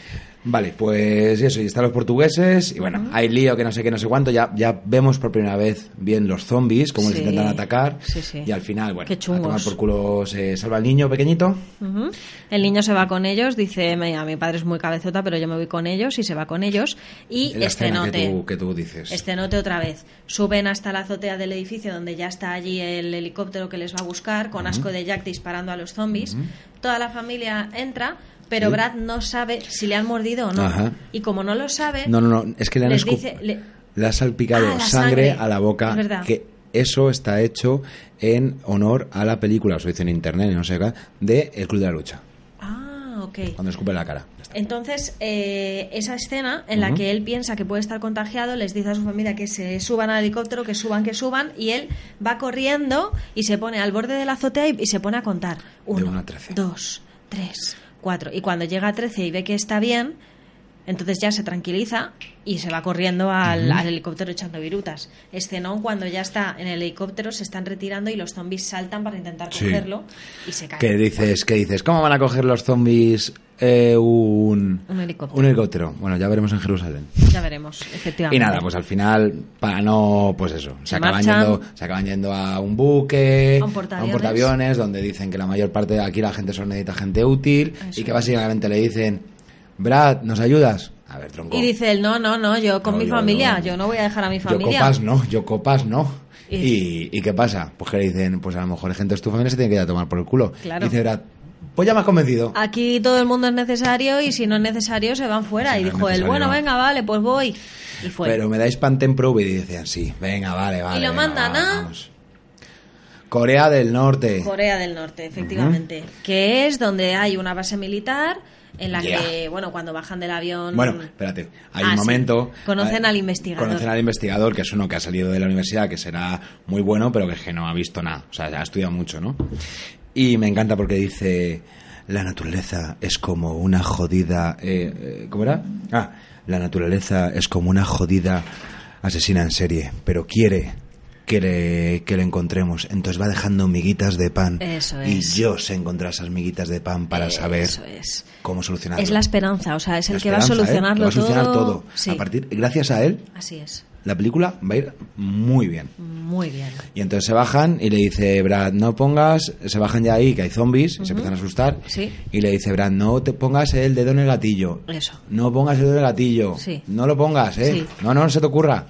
Vale, pues eso, y están los portugueses, y bueno, hay lío que no sé qué, no sé cuánto, ya, ya vemos por primera vez bien los zombies, cómo les
Sí.
intentan atacar,
Sí, sí.
y al final, bueno,
Qué
a tomar
chungos.
por culo se salva el niño pequeñito,
Ujú. El niño se va con ellos, dice, "Mira, mi padre es muy cabezota, pero yo me voy con ellos y se va con ellos. Y este
la escena
estenote.
que tú, que tú dices.
Estenote otra vez. Suben hasta la azotea del edificio donde ya está allí el helicóptero que les va a buscar, con asco de Jack disparando a los zombies. Toda la familia entra, pero
Sí.
Brad no sabe si le han mordido o no.
Ajá.
Y como no lo sabe,
No, no, no, es que le han
les
escu-
dice- le-
le ha salpicado
Ah, la
sangre,
sangre.
a la boca.
Es verdad.
que eso está hecho en honor a la película, os lo dice en internet, no sé qué, de El Club de la Lucha,
ah, ok.
cuando escupe en la cara. Ya está.
Entonces, eh, esa escena en la
Ujú.
que él piensa que puede estar contagiado, les dice a su familia que se suban al helicóptero, que suban, que suban, y él va corriendo y se pone al borde de la azotea y, y se pone a contar. Uno,
uno a trece.
dos, tres, cuatro. Y cuando llega a trece y ve que está bien, entonces ya se tranquiliza y se va corriendo al, al helicóptero echando virutas. Escenón cuando ya está en el helicóptero, se están retirando y los zombies saltan para intentar
Sí.
cogerlo y se cae.
Que dices, que dices, ¿cómo van a coger los zombies eh, un,
Un helicóptero.
un helicóptero? Bueno, ya veremos en Jerusalén.
Ya veremos, efectivamente.
Y nada, pues al final, para no, pues eso, se,
Se
acaban
marchan.
yendo, se acaban yendo a un buque,
A un portaaviones.
portaaviones, donde dicen que la mayor parte de aquí la gente solo necesita gente útil
Eso
y que
es.
básicamente le dicen, Brad, ¿nos ayudas? A ver, tronco.
Y dice él, no, no, no, yo con
No,
mi
yo
familia,
no.
yo no voy a dejar a mi
yo
familia.
copas no, yo copas no.
Y-
¿Y, y qué pasa? Pues que le dicen, pues a lo mejor gente de tu familia se tiene que ir a tomar por el culo.
Claro. Ah,
Y dice Brad, Pues ya me has convencido.
Aquí todo el mundo es necesario y si no es necesario se van fuera.
Si
y
no es
dijo él,
necesario,
bueno,
no.
venga, vale, pues voy. Y fue.
Pero me dais Pantene Probe y decían, sí, venga, vale, vale.
pues. lo
venga,
mandan
va,
a-
vamos. Corea del Norte.
Corea del Norte, efectivamente. Que es donde hay una base militar en la
Yeah.
que, bueno, cuando bajan del avión...
Bueno, espérate, hay
Ah, sí.
un momento.
Conocen
hay-
al investigador.
Conocen al investigador, que es uno que ha salido de la universidad, que será muy bueno, pero que, es que no ha visto nada. O sea, ha estudiado mucho, ¿no? Y me encanta porque dice: La naturaleza es como una jodida. eh, eh, ¿Cómo era? Ah, la naturaleza es como una jodida asesina en serie, pero quiere. Que le, que le encontremos. Entonces va dejando miguitas de pan.
Eso
y
es.
yo sé encontrar esas miguitas de pan para saber
Eso es.
cómo solucionarlo.
Es la esperanza, o sea, es el
La
que va a
esperanza, ¿eh?
solucionarlo
Que va a solucionar todo.
Sí,
A partir, gracias a él,
así es.
la película va a ir muy bien.
Muy bien.
Y entonces se bajan y le dice, Brad, no pongas, se bajan ya ahí que hay zombies, y se empiezan a asustar.
Sí.
Y le dice, Brad, no te pongas el dedo en el gatillo.
Eso.
No pongas el dedo en el gatillo.
Sí.
No lo pongas, ¿eh?
Sí.
No, no, no se te ocurra.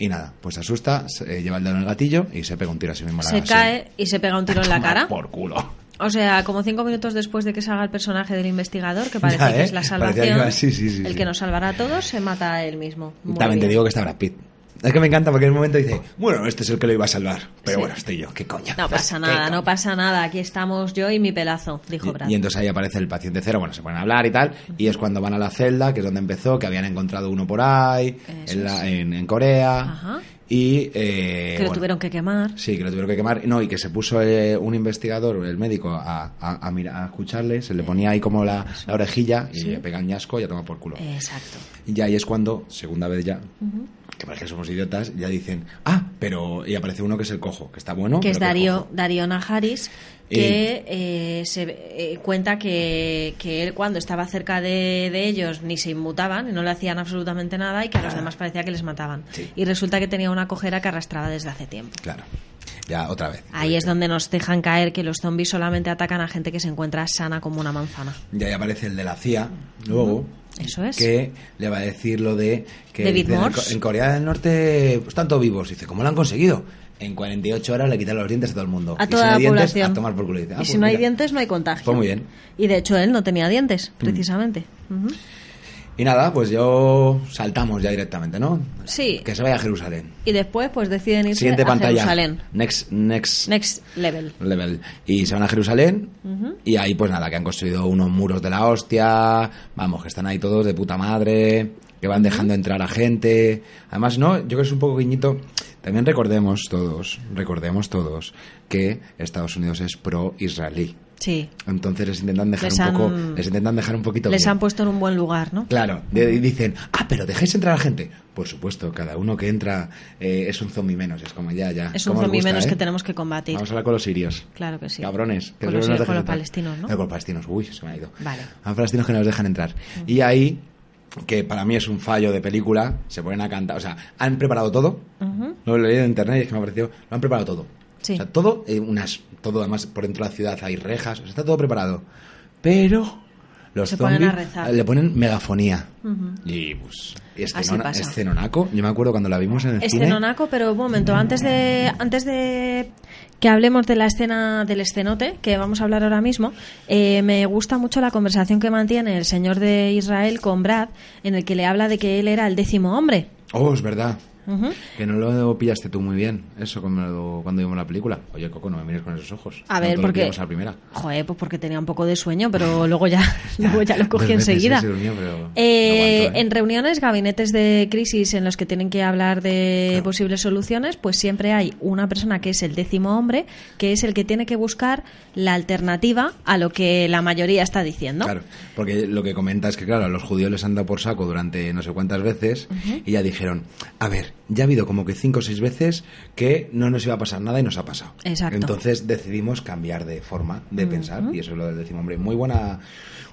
Y nada, pues se asusta, se eh, lleva el dedo en el gatillo y se pega un tiro a sí mismo. en la
Se
cabeza.
cae y se pega un tiro en la
Toma
cara.
Por culo.
O sea, como cinco minutos después de que salga el personaje del investigador, que parece
Ya,
que
¿eh?
es la
Parecía que
salvación,
iba- sí, sí, sí,
el
sí.
que nos salvará a todos, se mata a él mismo. Muy
También te
bien.
digo que está Brad Pitt. Es que me encanta porque en el momento dice, bueno, este es el que lo iba a salvar. Pero bueno, estoy yo, qué coña.
No pasa
Qué
nada, no
coña.
pasa nada. Aquí estamos yo y mi pelazo, dijo Brad.
Y, y entonces ahí aparece el paciente cero, bueno, se ponen a hablar y tal, y es cuando van a la celda, que es donde empezó, que habían encontrado uno por ahí,
Eso
en, la-
es.
en- en Corea,
Ajá.
y...
que
eh,
lo
bueno,
tuvieron que quemar.
Sí, que lo tuvieron que quemar, no, y que se puso eh, un investigador, el médico, a, a, a mira- a escucharle,
Eh,
se le ponía ahí como la, la orejilla, y le pega un ñasco y a tomar por culo.
Eh. Exacto.
Y ahí es cuando, segunda vez ya, que parece que somos idiotas, ya dicen, ah, pero... Y aparece uno que es el cojo, que está bueno.
que es
Oh, pero
Darío,
cojo.
Darío Najaris, que eh, se eh, cuenta que, que él cuando estaba cerca de, de ellos ni se inmutaban, no le hacían absolutamente nada y que a los demás parecía que les mataban.
Sí.
Y resulta que tenía una cojera que arrastraba desde hace tiempo.
Claro, Pues ya otra vez.
Ahí es donde nos dejan caer que los zombies solamente atacan a gente que se encuentra sana como una manzana.
Y ahí aparece el de la CIA, luego.
Eso es.
Que le va a decir lo de que
David
dicen, en,
Morse.
Co- en Corea del Norte pues, están todos vivos. Dice, ¿cómo lo han conseguido? En 48 horas le quitan los dientes a todo el mundo.
A
Y
toda
si no
la
hay dientes,
población.
a tomar por culo. Dice, ah,
y si
pues
no hay
mira.
dientes, no hay contagio.
Pues muy bien. Mm.
Y de hecho él no tenía dientes, precisamente. Ujú.
Y nada, pues yo saltamos ya directamente, ¿no?
Sí.
Que se vaya a Jerusalén.
Y después, pues deciden irse
Siguiente
a
pantalla.
Jerusalén.
Next, next,
Next level.
level. Y se van a Jerusalén y ahí pues nada, que han construido unos muros de la hostia, vamos, que están ahí todos de puta madre, que van dejando entrar a gente. Además, no, yo creo que es un poco guiñito. También recordemos todos, recordemos todos que Estados Unidos es pro israelí.
Sí.
Entonces les intentan dejar
Les
un
han-
poco, les intentan dejar un poquito
Les
bien.
han puesto en un buen lugar, ¿no?
Claro, de- y dicen, ah, pero dejáis entrar a la gente. Por supuesto, cada uno que entra eh, es un zombie menos, es como ya, ya.
Es un
cómo os
zombie
gusta,
menos
eh?
que tenemos que combatir.
Vamos a hablar con los sirios.
Claro que sí.
Cabrones. que
Con
no
los,
nos
con
dejan
los
entrar.
palestinos, ¿no?
Eh, Con los palestinos, uy, se me ha ido.
Vale.
A los palestinos que nos dejan entrar. Y ahí, que para mí es un fallo de película, se ponen a cantar. O sea, han preparado todo. Lo he leído en internet y es que me ha parecido. Lo han preparado todo.
Sí.
O sea, todo, eh, unas, todo, además, por dentro de la ciudad hay rejas, o sea, está todo preparado. Pero. Los
Se ponen a
zombies,
rezar.
eh, le ponen megafonía. Y pues.
Así
Escenona,
pasa.
escenonaco. Yo me acuerdo cuando la vimos en el cine.
Escenonaco, Este pero un momento, antes de, antes de que hablemos de la escena del escenote, que vamos a hablar ahora mismo, eh, me gusta mucho la conversación que mantiene el señor de Israel con Brad, en el que le habla de que él era el décimo hombre.
Oh, es verdad.
Ujú.
Que no lo pillaste tú muy bien, eso cuando, cuando vimos la película. Oye, Coco, no me mires con esos ojos.
A ver,
no te lo
porque.
pillamos a la primera.
Joder, pues porque tenía un poco de sueño, pero luego ya, luego ya lo cogí
Dos veces,
enseguida.
eh, se durmió, pero
Eh,
aguantó, ¿eh?
En reuniones, gabinetes de crisis en los que tienen que hablar de posibles soluciones, pues siempre hay una persona que es el décimo hombre, que es el que tiene que buscar la alternativa a lo que la mayoría está diciendo.
Claro, porque lo que comenta es que, claro, a los judíos les han dado por saco durante no sé cuántas veces y ya dijeron, a ver, ya ha habido como que cinco o seis veces que no nos iba a pasar nada y nos ha pasado.
Exacto.
Entonces decidimos cambiar de forma de pensar y eso es lo del décimo hombre. Muy buena...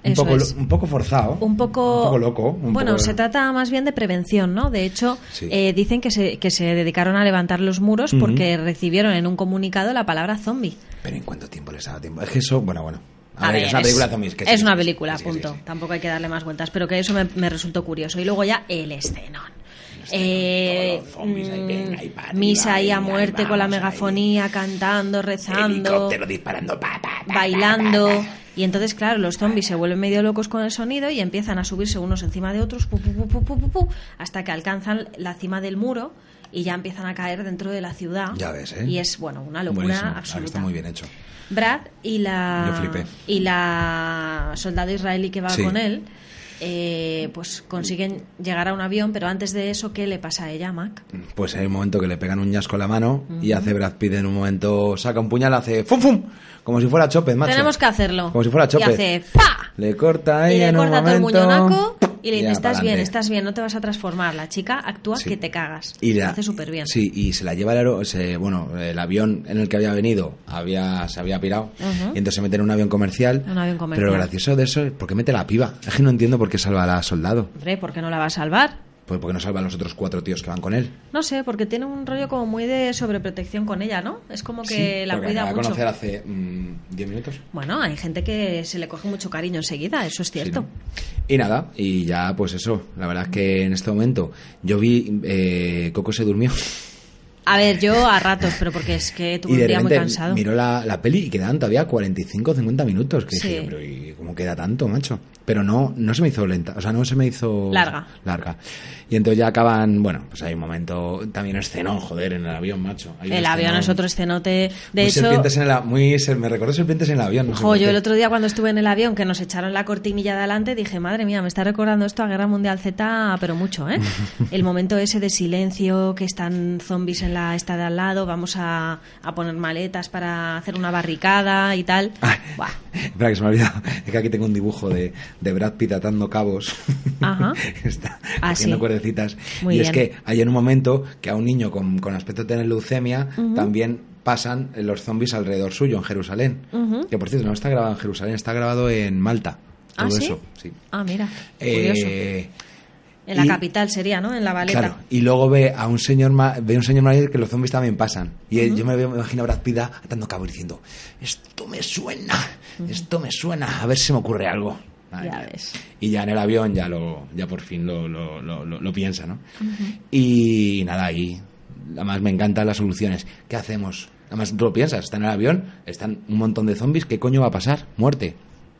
Un,
Eso
poco, lo-
es.
un poco forzado.
un poco,
Un poco loco. un
bueno,
poco-
se trata más bien de prevención, ¿no? De hecho,
Sí.
eh, dicen que se, que se dedicaron a levantar los muros
Ujú.
porque recibieron en un comunicado la palabra zombie.
Pero ¿en cuánto tiempo les ha dado tiempo? Es que eso, bueno, bueno. A,
A
ver,
ver,
es una película zombies. que sí,
es
que
una
sí, que sí,
película,
que sí, que sí,
punto.
sí.
Tampoco hay que darle más vueltas, pero que eso me, me resultó curioso. Y luego ya el escenón. Eh,
todos los zombies ahí,
mm,
venga, ahí, para
misa
arriba,
ahí a
venga, ahí
muerte con la
vamos, ahí.
megafonía, cantando, rezando,
Helicóptero disparando. pa, pa, pa, pa,
bailando.
pa, pa.
Y entonces, claro, los zombies se vuelven medio locos con el sonido y empiezan a subirse unos encima de otros, pu, pu, pu, pu, pu, pu, pu, hasta que alcanzan la cima del muro y ya empiezan a caer dentro de la ciudad.
Ya ves, ¿eh?
Y es, bueno, una locura
Buenísimo. La verdad que
absoluta.
Está muy bien hecho.
Brad y la
Yo flipé.
y la soldado israelí que va
Sí.
con él eh, pues consiguen llegar a un avión pero antes de eso qué le pasa a ella Mac
Pues hay un momento que le pegan un ñasco en la mano y hace Brad Pitt en un momento, saca un puñal, hace ¡fum, fum! Como si fuera Chopez, macho.
tenemos que hacerlo
Como si fuera
y
Chopez.
hace ¡fa!
Le corta a
y
ella
le
en un
corta todo el
momento.
muñonaco y le
ya,
dice estás bien
pa'lante".
estás bien no te vas a transformar la chica actúa
Sí.
que te cagas
Y la-
lo hace súper bien
Sí, y se la lleva el aero- se- bueno, el avión en el que había venido había, se había pirado.
Ujú.
Y entonces se mete en un avión comercial.
Un avión comercial.
Pero lo gracioso de eso es por qué mete a la piba. Es que no entiendo por qué salva a la soldado.
hombre ¿por qué no la va a salvar?
Pues porque no salva a los otros cuatro tíos que van con él.
no sé porque tiene un rollo como muy de sobreprotección con ella ¿no? es como que
Sí,
la
porque
cuida
acaba de
mucho
conocer hace mm, 10 minutos.
bueno hay gente que se le coge mucho cariño enseguida eso es cierto
Sí, ¿no? Y nada, y ya pues eso, la verdad es que en este momento yo vi eh, Coco se durmió
A ver, yo a ratos, pero porque es que tuve
y de
un día muy
repente
cansado.
miró la, la peli y quedaban todavía 45 50 minutos, que
Sí.
dije, pero ¿y cómo queda tanto, macho? Pero no no se me hizo lenta, o sea, no se me hizo
Larga.
larga. Y entonces ya acaban, bueno, pues hay un momento también escenón, joder, en el avión, macho. Hay un
El avión
escenón.
es otro escenote. De
Muy
hecho,
serpientes en el a- muy ser- me recordó serpientes en el avión. no sé
jo,
por
yo
qué.
el otro día cuando estuve en el avión, que nos echaron la cortinilla de adelante, dije, madre mía, me está recordando esto a Guerra Mundial Z, pero mucho, ¿eh? El momento ese de silencio, que están zombies en la esta de al lado, vamos a, a poner maletas para hacer una barricada y tal.
Ah.
Buah.
Espera, que se me ha olvidado. Es que aquí tengo un dibujo de, de Brad Pitt atando cabos.
Ajá.
Está
Ah,
haciendo
sí.
cuerdecitas.
Muy
y
bien.
es que hay en un momento que a un niño con, con aspecto de tener leucemia también pasan los zombies alrededor suyo en Jerusalén.
Ujú.
Que por cierto, no está grabado en Jerusalén, está grabado en Malta.
¿Ah,
Todo
sí?
eso, sí.
Ah, mira, curioso.
Eh,
en la
y-
capital sería, ¿no? En la valeta.
Claro, y luego ve a un señor ma- ve a un señor mayor que los zombies también pasan. Y él- yo me, veo- me imagino a Brad Pitt atando cabo y diciendo, esto me suena, esto me suena, a ver si me ocurre algo. Madre
Ya
mía.
ves.
Y ya en el avión ya lo ya por fin lo, lo- lo- lo- lo piensa, ¿no? Y nada, ahí además me encantan las soluciones. ¿Qué hacemos? Además tú lo piensas, está en el avión, están un montón de zombies, ¿qué coño va a pasar? Muerte.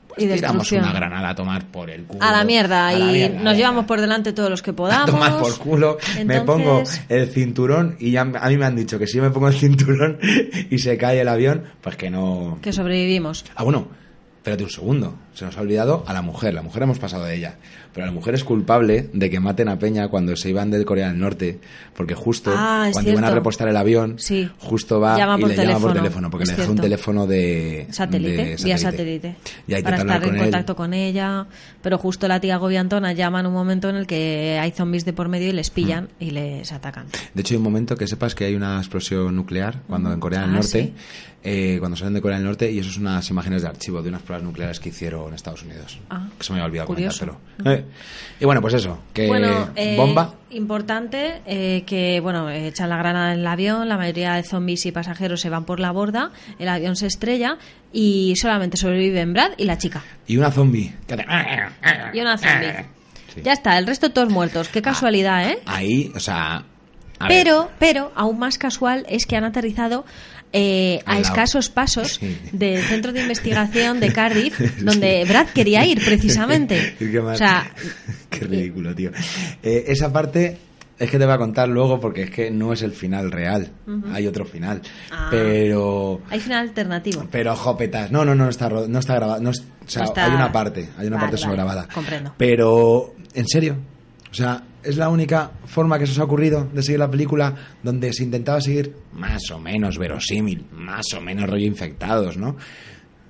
Pues
Y
tiramos
destrucción.
una granada a tomar por el culo.
A la mierda,
A la
y
mierda,
nos
venga.
llevamos por delante todos los que podamos.
A tomar por culo, me
Entonces-
pongo el cinturón y ya a mí me han dicho que si yo me pongo el cinturón y se cae el avión, pues que no...
Que sobrevivimos.
Ah, bueno, espérate un segundo, se nos ha olvidado a la mujer, la mujer hemos pasado de ella, pero la mujer es culpable de que maten a Peña cuando se iban del Corea del Norte, porque justo
Ah, es
cuando iban a
cierto.
repostar el avión,
Sí.
justo va
Llama
y le
por
llama por
teléfono,
teléfono, porque
es
le dejó un
cierto.
teléfono de
Satélite,
de
vía satélite.
Y hay que
para
hablar
estar en
con él.
contacto con ella. Pero justo la tía Gobiantona llama en un momento en el que hay zombies de por medio y les pillan
Mm.
y les atacan.
De hecho, hay un momento que sepas que hay una explosión nuclear cuando en Corea del
Ah,
Norte,
sí.
eh, cuando salen de Corea del Norte, y eso son unas imágenes de archivo de unas pruebas nucleares que hicieron en Estados Unidos.
Ah,
que se me había olvidado
curioso.
comentártelo. Eh, y bueno, pues eso, que
bueno, eh,
bomba.
Importante eh, que, bueno, eh, echan la granada en el avión, la mayoría de zombies y pasajeros se van por la borda, el avión se estrella y solamente sobreviven Brad y la chica.
Y una zombie.
Y una zombie.
Sí. Ah.
Ya está, el resto todos muertos. Qué casualidad, ¿eh?
Ahí, o sea. a ver,
Pero, pero, aún más casual es que han aterrizado eh, a
Al lado.
escasos pasos
Sí.
del centro de investigación de Cardiff, donde Brad quería ir precisamente.
Es que más-
O sea,
qué ridículo, tío. Eh, esa parte es que te voy a contar luego porque es que no es el final real. Hay otro final.
Ah.
Pero.
hay final alternativo.
Pero jopetas, no, no, no está, ro- no está grabado, no es- o sea,
No está-
hay una parte, hay una
Vale,
parte
vale,
solo grabada.
comprendo.
Pero, en serio, o sea, es la única forma que se os ha ocurrido de seguir la película donde se intentaba seguir más o menos verosímil, más o menos rollo infectados, ¿no?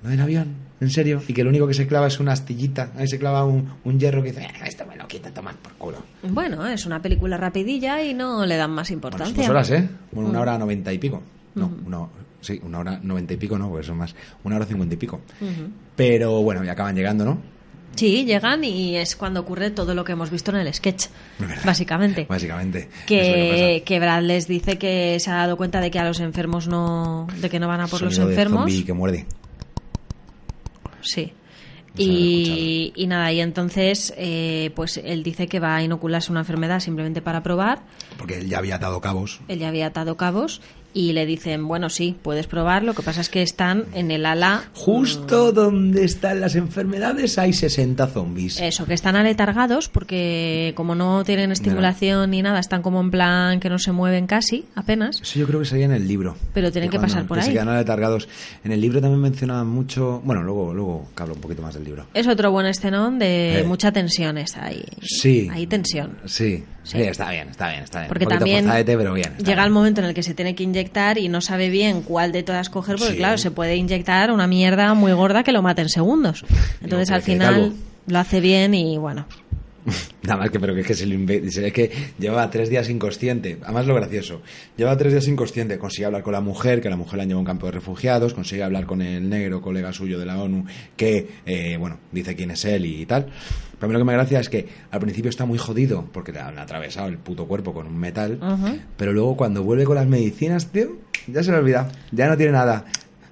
No del avión, en serio, y que lo único que se clava es una astillita, ahí se clava un, un hierro que dice, "Eh, esto me lo quita, tomad por culo.
Bueno, es una película rapidilla y no le dan más
Bueno,
importancia.
son dos horas, ¿eh? Bueno, una hora noventa y pico. No, una, sí, una hora noventa y pico, no, pues son más. Una hora cincuenta y pico. Pero bueno, ya acaban llegando, ¿no?
Sí, llegan y es cuando ocurre todo lo que hemos visto en el sketch,
De verdad.
básicamente.
Básicamente. es
Que,
lo que
que Brad les dice que se ha dado cuenta de que a los enfermos no, de que no van a
pasa.
por
Sonido
los
de
enfermos.
zombi que muerde.
Sí.
No se había
Y, y nada, y entonces, eh, pues él dice que va a inocularse una enfermedad simplemente para probar.
Porque él ya había atado cabos.
Él ya había atado cabos y le dicen, bueno, sí, puedes probar, lo que pasa es que están en el ala...
Justo donde están las enfermedades hay 60 zombies.
Eso, que están aletargados porque como no tienen estimulación ni nada, están como en plan que no se mueven casi, apenas.
Eso yo creo que sería en el libro.
Pero tienen que
cuando-
pasar por
que
ahí.
Se quedan aletargados. En el libro también mencionaban mucho. Bueno, luego, luego que hablo un poquito más del libro.
Es otro buen escenón de
Eh.
mucha tensión está ahí.
Sí.
Hay tensión.
Sí, sí, está bien, está bien, está bien.
Porque
un poquito
también
forzadete, pero bien. está
llega el
bien.
momento en el que se tiene que inyectar y no sabe bien cuál de todas coger, porque
Sí.
claro, se puede inyectar una mierda muy gorda que lo mata en segundos. Entonces
que-
al
que
final
calvo.
lo hace bien y bueno.
Nada más que, pero que es que se lo inve- se ve que llevaba tres días inconsciente. Además, lo gracioso. Llevaba tres días inconsciente. Consigue hablar con la mujer, que la mujer la lleva a un campo de refugiados. Consigue hablar con el negro, colega suyo de la ONU, que, eh, bueno, dice quién es él y tal. Pero a mí lo que me gracia es que al principio está muy jodido, porque le han atravesado el puto cuerpo con un metal.
Ujú.
Pero luego, cuando vuelve con las medicinas, tío, ya se le olvida. Ya no tiene nada.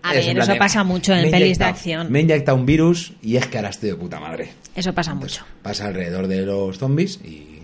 A
Es
ver,
en plan
eso
de,
pasa mucho en
"Me he
pelis de
inyectado-
acción".
Me he inyectado un virus y es que ahora estoy de puta madre
Eso pasa mucho.
pasa alrededor de los zombies y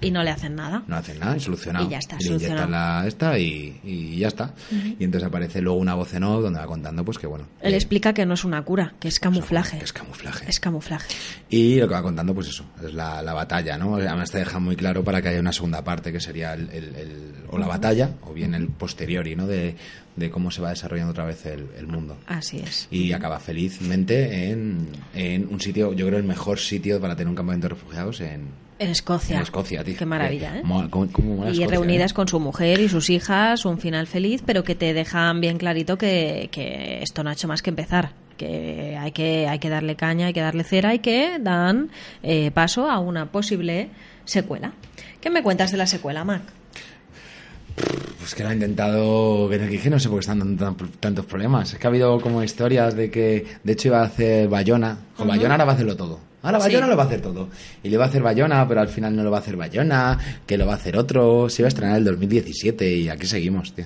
Y no le hacen nada.
no hacen nada, y solucionado.
Y ya está,
le inyectan
solucionado.
la esta y, y ya está. Y entonces aparece luego una voz en off donde va contando pues que bueno.
Él
eh,
explica que no es una cura, que es camuflaje.
Es camuflaje.
Es camuflaje.
Y lo que va contando, pues eso, es la, la batalla, ¿no? Además te deja muy claro para que haya una segunda parte que sería el, el- el- o la batalla o bien el posteriori, ¿no? De, de cómo se va desarrollando otra vez el, el mundo.
Así es.
Y acaba felizmente en, en un sitio, yo creo el mejor sitio para tener un campamento de refugiados en,
En Escocia.
en Escocia, tío.
Qué maravilla, ¿eh?
Mola, cómo- cómo mola
y
Escocia,
reunidas
eh.
con su mujer y sus hijas, un final feliz, pero que te dejan bien clarito que, que esto no ha hecho más que empezar, que hay que, hay que darle caña, hay que darle cera y que dan eh, paso a una posible secuela. ¿Qué me cuentas de la secuela, Mac?
Pues que lo ha intentado. Que no, que no sé por qué están dando tan- tantos problemas. Es que ha habido como historias de que. De hecho, iba a hacer Bayona. O Bayona ahora va a hacerlo todo. Ahora Bayona lo va a hacer todo. Y le va a hacer Bayona, pero al final no lo va a hacer Bayona. Que lo va a hacer otro. Se iba a estrenar el 2017 y aquí seguimos, tío.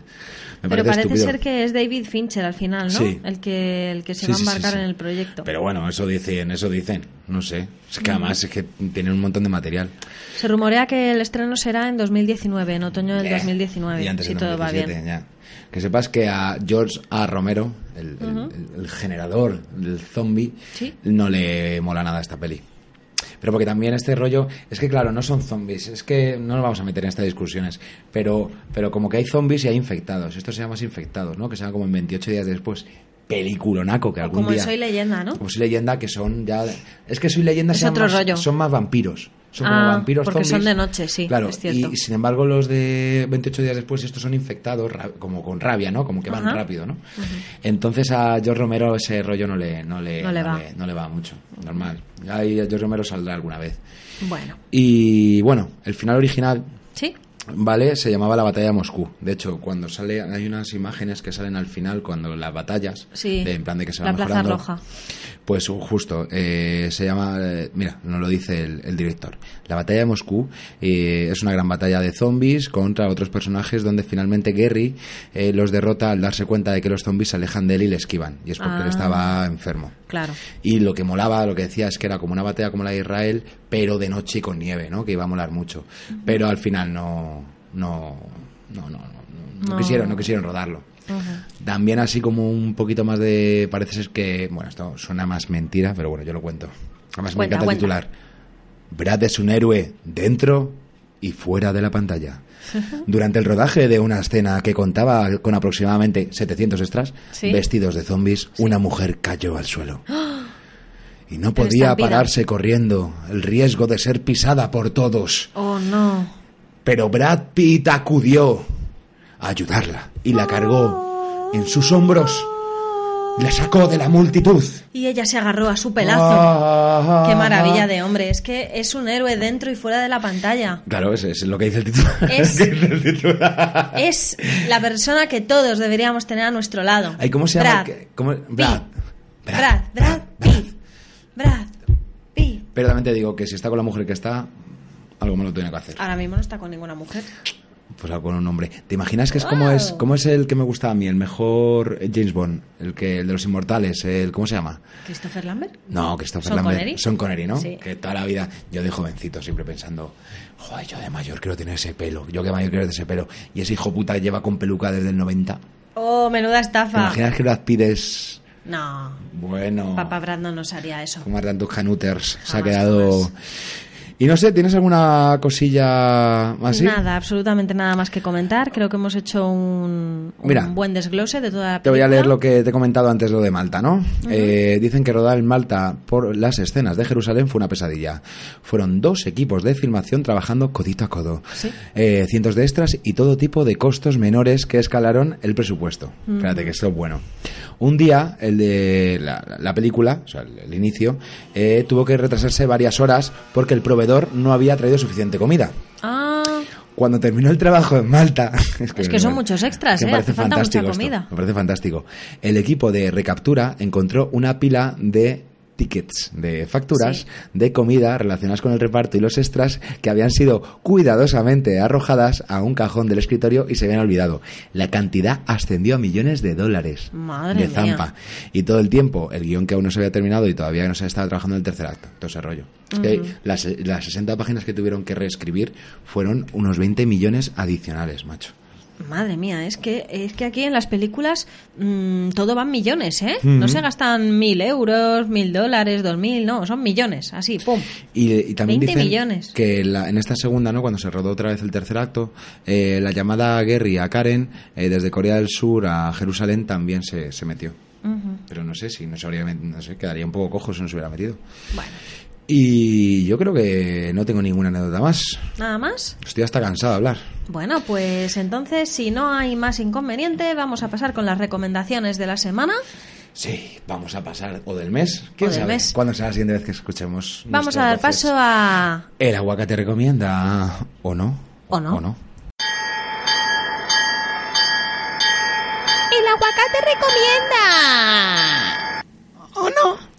Me
Pero parece
estúpido.
ser que es David Fincher al final, ¿no?
Sí.
El que, el que se
Sí,
va a
sí, sí,
embarcar
sí.
en el proyecto.
Pero bueno, eso dicen, eso dicen. No sé. Es que además es que tienen un montón de material.
Se rumorea que el estreno será en 2019, en otoño del
Eh,
2019,
y antes
si
del
todo va
97,
bien.
ya. Que sepas que a George A. Romero, el, el- el- el generador del zombie,
Sí.
no le mola nada esta peli. Pero porque también este rollo, es que claro, no son zombies, es que no nos vamos a meter en estas discusiones, pero, pero como que hay zombies y hay infectados, esto se llama más infectados, ¿no? Que se llama como en 28 días después, peliculonaco que
O
algún
como en
día...
Soy Leyenda, ¿no?
Como soy leyenda, que son ya... Es que soy leyenda
Es
se llaman
otro
más-
rollo.
son más vampiros. Son
Ah,
como vampiros
porque son
zombies.
de noche, sí,
Claro,
es cierto.
y sin embargo, los de 28 días después, estos son infectados, ra- como con rabia, ¿no? Como que van
Ajá.
rápido, ¿no? Entonces a George Romero ese rollo no le, no le,
No le va.
no le va mucho, normal. Ahí a George Romero saldrá alguna vez.
Bueno,
Y bueno, el final original,
¿sí?
¿vale? Se llamaba La Batalla de Moscú. De hecho, cuando sale, hay unas imágenes que salen al final cuando las batallas,
Sí.
de- en plan de que se
La
va
Plaza
mejorando.
Roja.
Pues uh, justo, eh, se llama, eh, mira, nos lo dice el, el director. La batalla de Moscú eh, es una gran batalla de zombies contra otros personajes donde finalmente Gary eh, los derrota al darse cuenta de que los zombies se alejan de él y le esquivan. Y es porque
Ah.
él estaba enfermo.
Claro.
Y lo que molaba, lo que decía es que era como una batalla como la de Israel, pero de noche y con nieve, ¿no? Que iba a molar mucho. Pero al final no, no, no, no, no, no
No.
quisieron, no quisieron rodarlo. También así como un poquito más de, parece ser que, bueno, esto suena más mentira, pero bueno, yo lo cuento. Además
Cuenta,
me encanta el
cuenta.
titular. Brad es un héroe dentro y fuera de la pantalla. Durante el rodaje de una escena que contaba con aproximadamente 700 extras,
Sí.
vestidos de zombies, una mujer cayó al suelo. Y no
Pero
podía
estampida.
pararse corriendo, el riesgo de ser pisada por todos.
Oh, no.
Pero Brad Pitt acudió a ayudarla y la cargó en sus hombros. La sacó de la multitud.
Y ella se agarró a su pelazo.
Ah,
Qué maravilla de hombre. Es que es un héroe dentro y fuera de la pantalla.
Claro, ese es lo que dice el título.
Es-
Que dice el titular.
Es la persona que todos deberíamos tener a nuestro lado.
Ay, ¿Cómo se llama?
Brad.
¿Qué? ¿Cómo? Brad.
Brad, Brad, Pitt. Brad, Pitt. Ah.
Pero también te digo que si está con la mujer que está, algo me lo tiene que hacer.
Ahora mismo no está con ninguna mujer.
Pues con un nombre. ¿Te imaginas que es como es como es el que me gusta a mí, el mejor James Bond, el que el de los inmortales, el cómo se llama?
¿Christopher Lambert?
No, Christopher
¿Sean
Lambert.
Connery?
Sean Connery, ¿no?
Sí.
Que toda la vida, yo de jovencito siempre pensando, joder, yo de mayor quiero tener ese pelo, yo que mayor quiero tener ese pelo. Y ese hijo puta lleva con peluca desde el 90.
Oh, menuda
¿Te
estafa.
imaginas que Brad Pitt es...
No,
Bueno...
papá Brad Ah, no nos haría eso.
Fumar tantos canuters. Se ha
Jamás,
quedado...
jamás.
Y no sé, ¿tienes alguna cosilla más? sí?
Nada, absolutamente nada más que comentar. Creo que hemos hecho un, un
Mira.
buen desglose de toda la película.
Te voy a leer lo que te he comentado antes, lo de Malta, ¿no? Eh, dicen que rodar en Malta por las escenas de Jerusalén fue una pesadilla. Fueron dos equipos de filmación trabajando codito a codo.
Sí.
Eh, cientos de extras y todo tipo de costos menores que escalaron el presupuesto. Espérate, que esto es bueno. Un día, el de la, la película, o sea, el, el inicio, eh, tuvo que retrasarse varias horas porque el proveedor no había traído suficiente comida.
Ah,
Cuando terminó el trabajo en Malta.
Es que son
me-
muchos extras,
que me
¿eh?
parece
Hace falta
fantástico
mucha
esto.
comida.
Me parece fantástico. El equipo de recaptura encontró una pila de tickets, de facturas,
Sí.
de comida relacionadas con el reparto y los extras que habían sido cuidadosamente arrojadas a un cajón del escritorio y se habían olvidado. La cantidad ascendió a millones de dólares
Madre
de
mía.
zampa. Y todo el tiempo, el guión que aún no se había terminado y todavía no se estaba trabajando en el tercer acto, todo ese rollo. Eh, las, las 60 páginas que tuvieron que reescribir fueron unos 20 millones adicionales, macho.
madre mía, es que, es que aquí en las películas mm, todo van millones, ¿eh?
Ujú.
No se gastan mil euros, mil dólares, dos mil, no, son millones, así, pum.
Y, y también
20
dicen
millones.
que la- en esta segunda, ¿no? cuando se rodó otra vez el tercer acto, eh, la llamada a Gary a Karen eh, desde Corea del Sur a Jerusalén también se, se metió. Pero no sé si no se habría met- no sé, quedaría un poco cojo si no se hubiera metido.
Bueno,
Y yo creo que no tengo ninguna anécdota más.
nada más.
Estoy hasta cansado de hablar.
Bueno, pues entonces, si no hay más inconveniente, vamos a pasar con las recomendaciones de la semana.
Sí, vamos a pasar o del mes. ¿Quién
O del
sabe
mes.
cuándo será la siguiente vez que escuchemos?
Vamos
nuestras
a dar
voces?
paso a...
El aguacate recomienda o no.
¿O no?
O no.
El aguacate recomienda.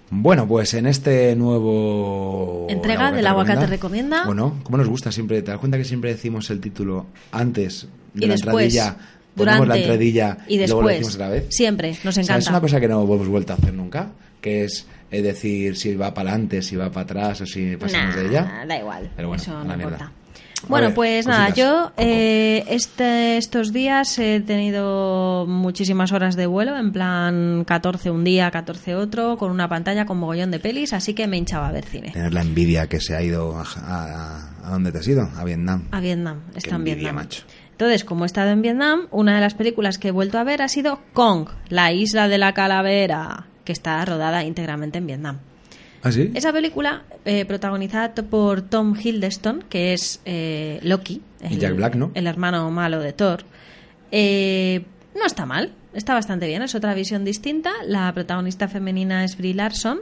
Bueno, pues en este nuevo...
Entrega
El
del Aguacate Recomienda.
O no, como nos gusta siempre, te das cuenta que siempre decimos el título antes de
y
la
después,
entradilla,
durante
ponemos la entradilla
y
luego lo
después,
decimos otra vez.
siempre, nos
O sea,
encanta.
es una cosa que no hemos vuelto a hacer nunca, que es eh, decir si va para adelante, si va para atrás o si pasamos
Nah,
de ella.
Da igual.
Pero bueno,
eso
a
no
la mierda.
importa.
A
Bueno,
ver,
pues nada,
cositas.
yo
Coco.
eh, este, estos días he tenido muchísimas horas de vuelo, en plan 14 un día, 14 otro, con una pantalla con mogollón de pelis, así que me hinchaba a ver cine.
Tener la envidia que se ha ido a, a, a- ¿a dónde te has ido, a Vietnam.
A Vietnam, está en
envidia,
Vietnam.
macho.
Entonces, como he estado en Vietnam, una de las películas que he vuelto a ver ha sido Kong, la isla de la calavera, que está rodada íntegramente en Vietnam.
¿Ah, sí?
Esa película, eh, protagonizada t- por Tom Hiddleston, que es eh, Loki,
Y Jack Black, ¿no?
el hermano malo de Thor, eh, no está mal, está bastante bien, es otra visión distinta. La protagonista femenina es Brie Larson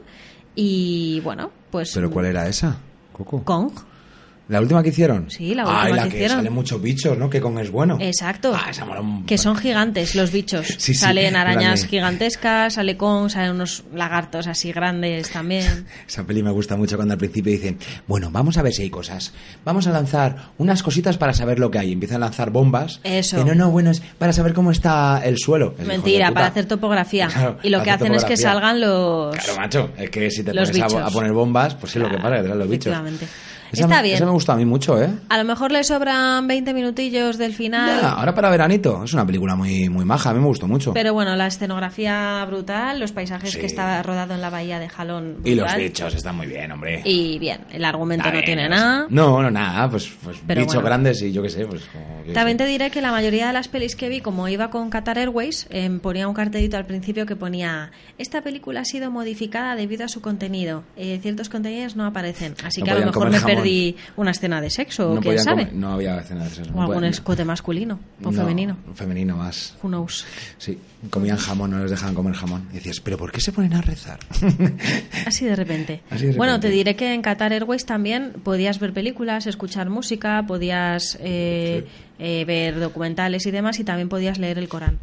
y, bueno, pues...
¿Pero cuál era esa, Coco?
Kong.
¿La última que hicieron?
Sí, la última
Ay, la
que
que
hicieron.
salen muchos bichos, ¿no? Que con es bueno.
Exacto.
Ah, esa mola un-
Que son gigantes los bichos.
Sí, sí,
salen arañas
grande.
gigantescas, sale Kong, salen unos lagartos así grandes también.
Esa peli me gusta mucho cuando al principio dicen, bueno, vamos a ver si hay cosas. Vamos a lanzar unas cositas para saber lo que hay. Empiezan a lanzar bombas.
Eso.
Que no, no, bueno, es para saber cómo está el suelo. Es hijo de
Mentira,
puta.
para hacer topografía.
Claro,
y lo
para
que
hacer
hacen es que
topografía.
salgan los...
Claro, macho, es que si te
Los
pones a,
bichos.
a poner bombas, pues es lo que
Claro,
pasa, que te salen los bichos.
efectivamente.
Esa
Está
me-
bien.
Esa me gusta a mí mucho, ¿eh?
A lo mejor le sobran 20 minutillos del final.
Ya, ahora para veranito. Es una película muy, muy maja, a mí me gustó mucho.
Pero bueno, la escenografía brutal, los paisajes
Sí.
que está rodado en la bahía de Jalón.
y los
brutal.
bichos están muy bien, hombre.
Y bien, el argumento
Está
no
bien,
tiene
es-
nada.
No, no, nada, pues, pues
Pero
bichos
bueno.
grandes y yo qué sé, pues como que
También
sé.
te diré que la mayoría de las pelis que vi, como iba con Qatar Airways, em, ponía un cartelito al principio que ponía esta película ha sido modificada debido a su contenido. Eh, ciertos contenidos no aparecen, así
No
que a lo
podían
mejor
comer
me
jamón.
perdí una escena de sexo, o quién
podían
sabe,
comer- no había escena de sexo.
o
no
algún
podían-
escote masculino o
no,
femenino.
Femenino más.
Who knows?
Sí, comían jamón, no les dejaban comer jamón. Y decías, ¿pero por qué se ponen a rezar?
Así de repente.
Así de
Bueno,
repente.
te diré que en Qatar Airways también podías ver películas, escuchar música, podías eh, eh, ver documentales y demás, y también podías leer el Corán.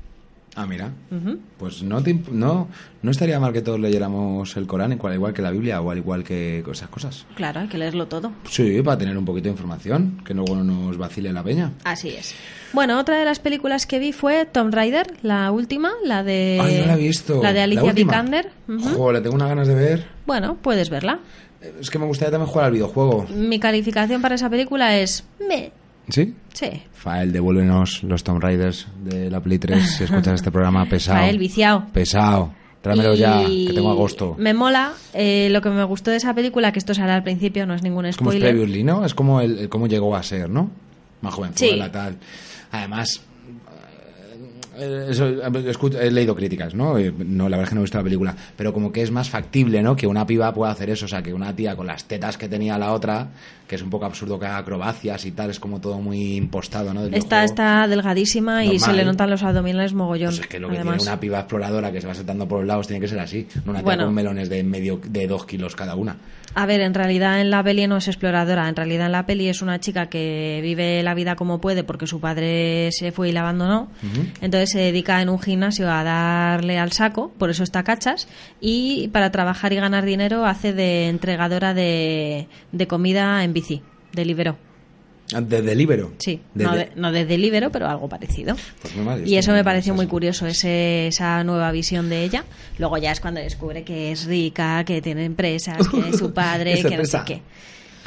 Ah, mira.
Ujú.
Pues no, te imp- no, no estaría mal que todos leyéramos el Corán, igual, igual que la Biblia o al igual que esas cosas.
Claro, hay que leerlo todo.
Sí, para tener un poquito de información, que luego no nos vacile la peña.
Así es. Bueno, otra de las películas que vi fue Tomb Raider, la última, la de.
Ay, no la he visto.
Eh, La de Alicia
última.
Vikander. Ujú.
Joder, tengo unas ganas de ver.
Bueno, puedes verla.
Eh, Es que me gustaría también jugar al videojuego.
Mi calificación para esa película es. Me.
¿Sí?
Sí.
Fael, devuélvenos los Tomb Raiders de la Play 3 si escuchas este programa pesado.
Fael, viciado.
Pesado. Tráemelo ya,
Y
que tengo agosto.
Me mola eh, lo que me gustó de esa película, que esto será al principio, no es ningún
Es como es
spoiler.
previously, ¿no? Es como el, el cómo llegó a ser, ¿no? Más jovenzuela,
Sí.
tal. Además, eh, eso, eh, escu- he leído críticas, ¿no? Eh, No, la verdad es que no he visto la película. Pero como que es más factible, ¿no? Que una piba pueda hacer eso. O sea, que una tía con las tetas que tenía la otra, que es un poco absurdo que haga acrobacias y tal, es como todo muy impostado, ¿no? Del
Esta
videojuego.
está delgadísima y se
Normal.
le notan los abdominales mogollón.
Pues es que lo que
además.
tiene una piba exploradora que se va saltando por los lados tiene que ser así. No una tía
Bueno.
con melones de medio de dos kilos cada una.
A ver, en realidad en la peli no es exploradora, en realidad en la peli es una chica que vive la vida como puede porque su padre se fue y la abandonó, entonces se dedica en un gimnasio a darle al saco, por eso está cachas, y para trabajar y ganar dinero hace de entregadora de, de comida en bici, de libero.
Ah, De delibero.
Sí,
De-
no,
de-
de, no de Deliveroo, pero algo parecido.
Pues muy mal, yo
y
estoy
eso
muy
me
mal,
pareció
eso.
muy curioso, ese, esa nueva visión de ella. Luego ya es cuando descubre que es rica, que tiene empresas, que es su padre,
Qué
que no sé
certeza.
qué.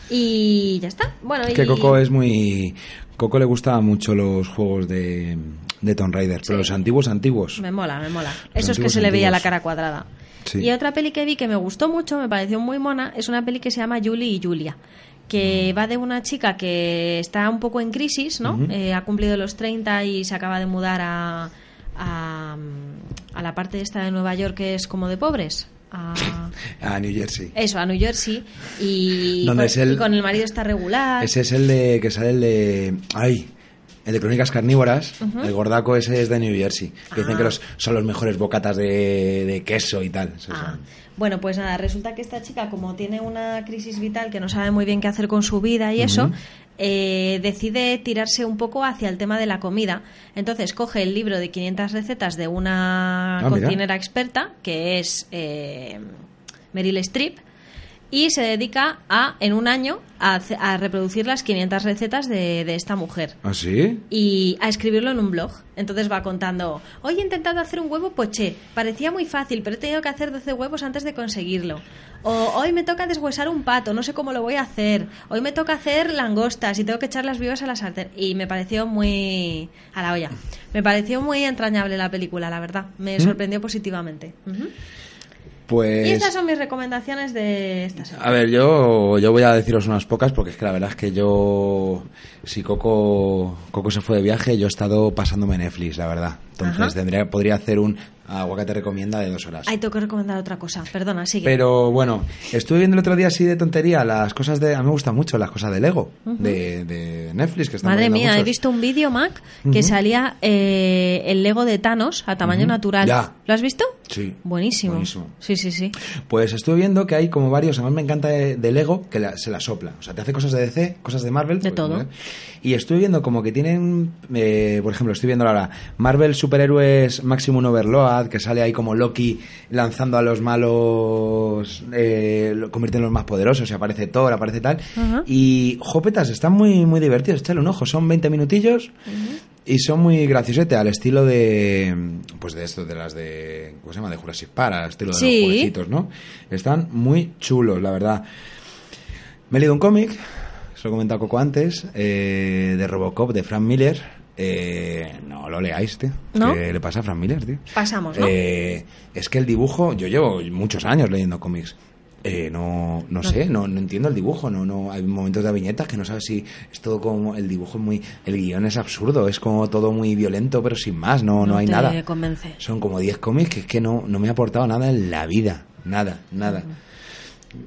Y ya está. Bueno,
Es que
y-
Coco es muy. Coco le gustaban mucho los juegos de, de Tomb Raider, pero los antiguos, antiguos.
Me mola, me mola. Eso es que
antiguos,
se le veía la
antiguos.
cara cuadrada.
Sí.
Y otra peli que vi que me gustó mucho, me pareció muy mona, es una peli que se llama Julie y Julia,
Mm.
que va de una chica que está un poco en crisis, ¿no? Eh, ha cumplido los 30 y se acaba de mudar a, a, a la parte esta de Nueva York que es como de pobres. A,
Ah, New Jersey.
eso, a New Jersey. Y,
Donde
con-
es el-
y con el marido está regular.
Ese es el de que sale el de. Ay. El de Crónicas Carnívoras, el gordaco ese es de New Jersey. Que
Ah.
dicen que los, son los mejores bocatas de, de queso y tal. Esos
Ah,
son.
Bueno, pues nada, resulta que esta chica, como tiene una crisis vital que no sabe muy bien qué hacer con su vida y eso, eh, decide tirarse un poco hacia el tema de la comida. Entonces coge el libro de 500 recetas de una
Ah, mira.
cocinera experta, que es eh, Meryl Streep, y se dedica a, en un año, a, hace- a reproducir las 500 recetas de- de esta mujer
¿Ah, sí?
y a escribirlo en un blog. Entonces va contando, hoy he intentado hacer un huevo poché, parecía muy fácil, pero he tenido que hacer 12 huevos antes de conseguirlo. O hoy me toca deshuesar un pato, no sé cómo lo voy a hacer. Hoy me toca hacer langostas y tengo que echar las vivas a la sartén. Y me pareció muy... a la olla. Me pareció muy entrañable la película, la verdad. Me sorprendió positivamente. ¿Mm? Ujú.
Pues.
Y estas son mis recomendaciones de esta semana.
A ver, yo, yo voy a deciros unas pocas porque es que la verdad es que yo, si Coco, Coco se fue de viaje, yo he estado pasándome Netflix, la verdad. Entonces
Ajá.
tendría, podría hacer un aguacate recomienda de dos horas.
Ay, tengo que recomendar otra cosa. Perdona, sigue.
Pero bueno, estuve viendo el otro día así de tontería las cosas de... A mí me gustan mucho las cosas de Lego, de, de Netflix, que están
Madre
poniendo
mía, he
muchos.
visto un vídeo, Mac, que salía eh, el Lego de Thanos a tamaño natural.
Ya.
¿Lo has visto?
Sí.
Buenísimo.
Buenísimo.
Sí, sí, sí.
Pues estuve viendo que hay como varios, además me encanta de, de Lego, que la- se la sopla. O sea, te hace cosas de DC, cosas de Marvel.
De
pues,
todo.
¿eh? Y estuve viendo como que tienen, eh, por ejemplo, estoy viendo ahora Marvel Superhéroes Maximum Overload, que sale ahí como Loki lanzando a los malos, eh, lo convierte en los más poderosos, y aparece Thor, aparece tal.
Ajá.
Y jopetas, están muy, muy divertidos, échale un ojo, son 20 minutillos. Y son muy graciosete al estilo de. Pues de esto, de las de. ¿Cómo se llama? De Jurassic Park, al estilo de
Sí.
los jueguecitos, ¿no? Están muy chulos, la verdad. Me he leído un cómic, se lo he comentado Coco antes, eh, de Robocop, de Frank Miller. Eh, no lo leáis, tío.
¿No?
¿Qué le pasa a Frank Miller, tío?
Pasamos, ¿no?
Eh, es que el dibujo, yo llevo muchos años leyendo cómics. Eh, no, no sé, no, no entiendo el dibujo. No, no, hay momentos de viñetas que no sabes si es todo como el dibujo es muy, el guión es absurdo, es como todo muy violento, pero sin más, no, no, hay
te
nada.
convence.
Son como 10 cómics que es que no, no me ha aportado nada en la vida. Nada, nada.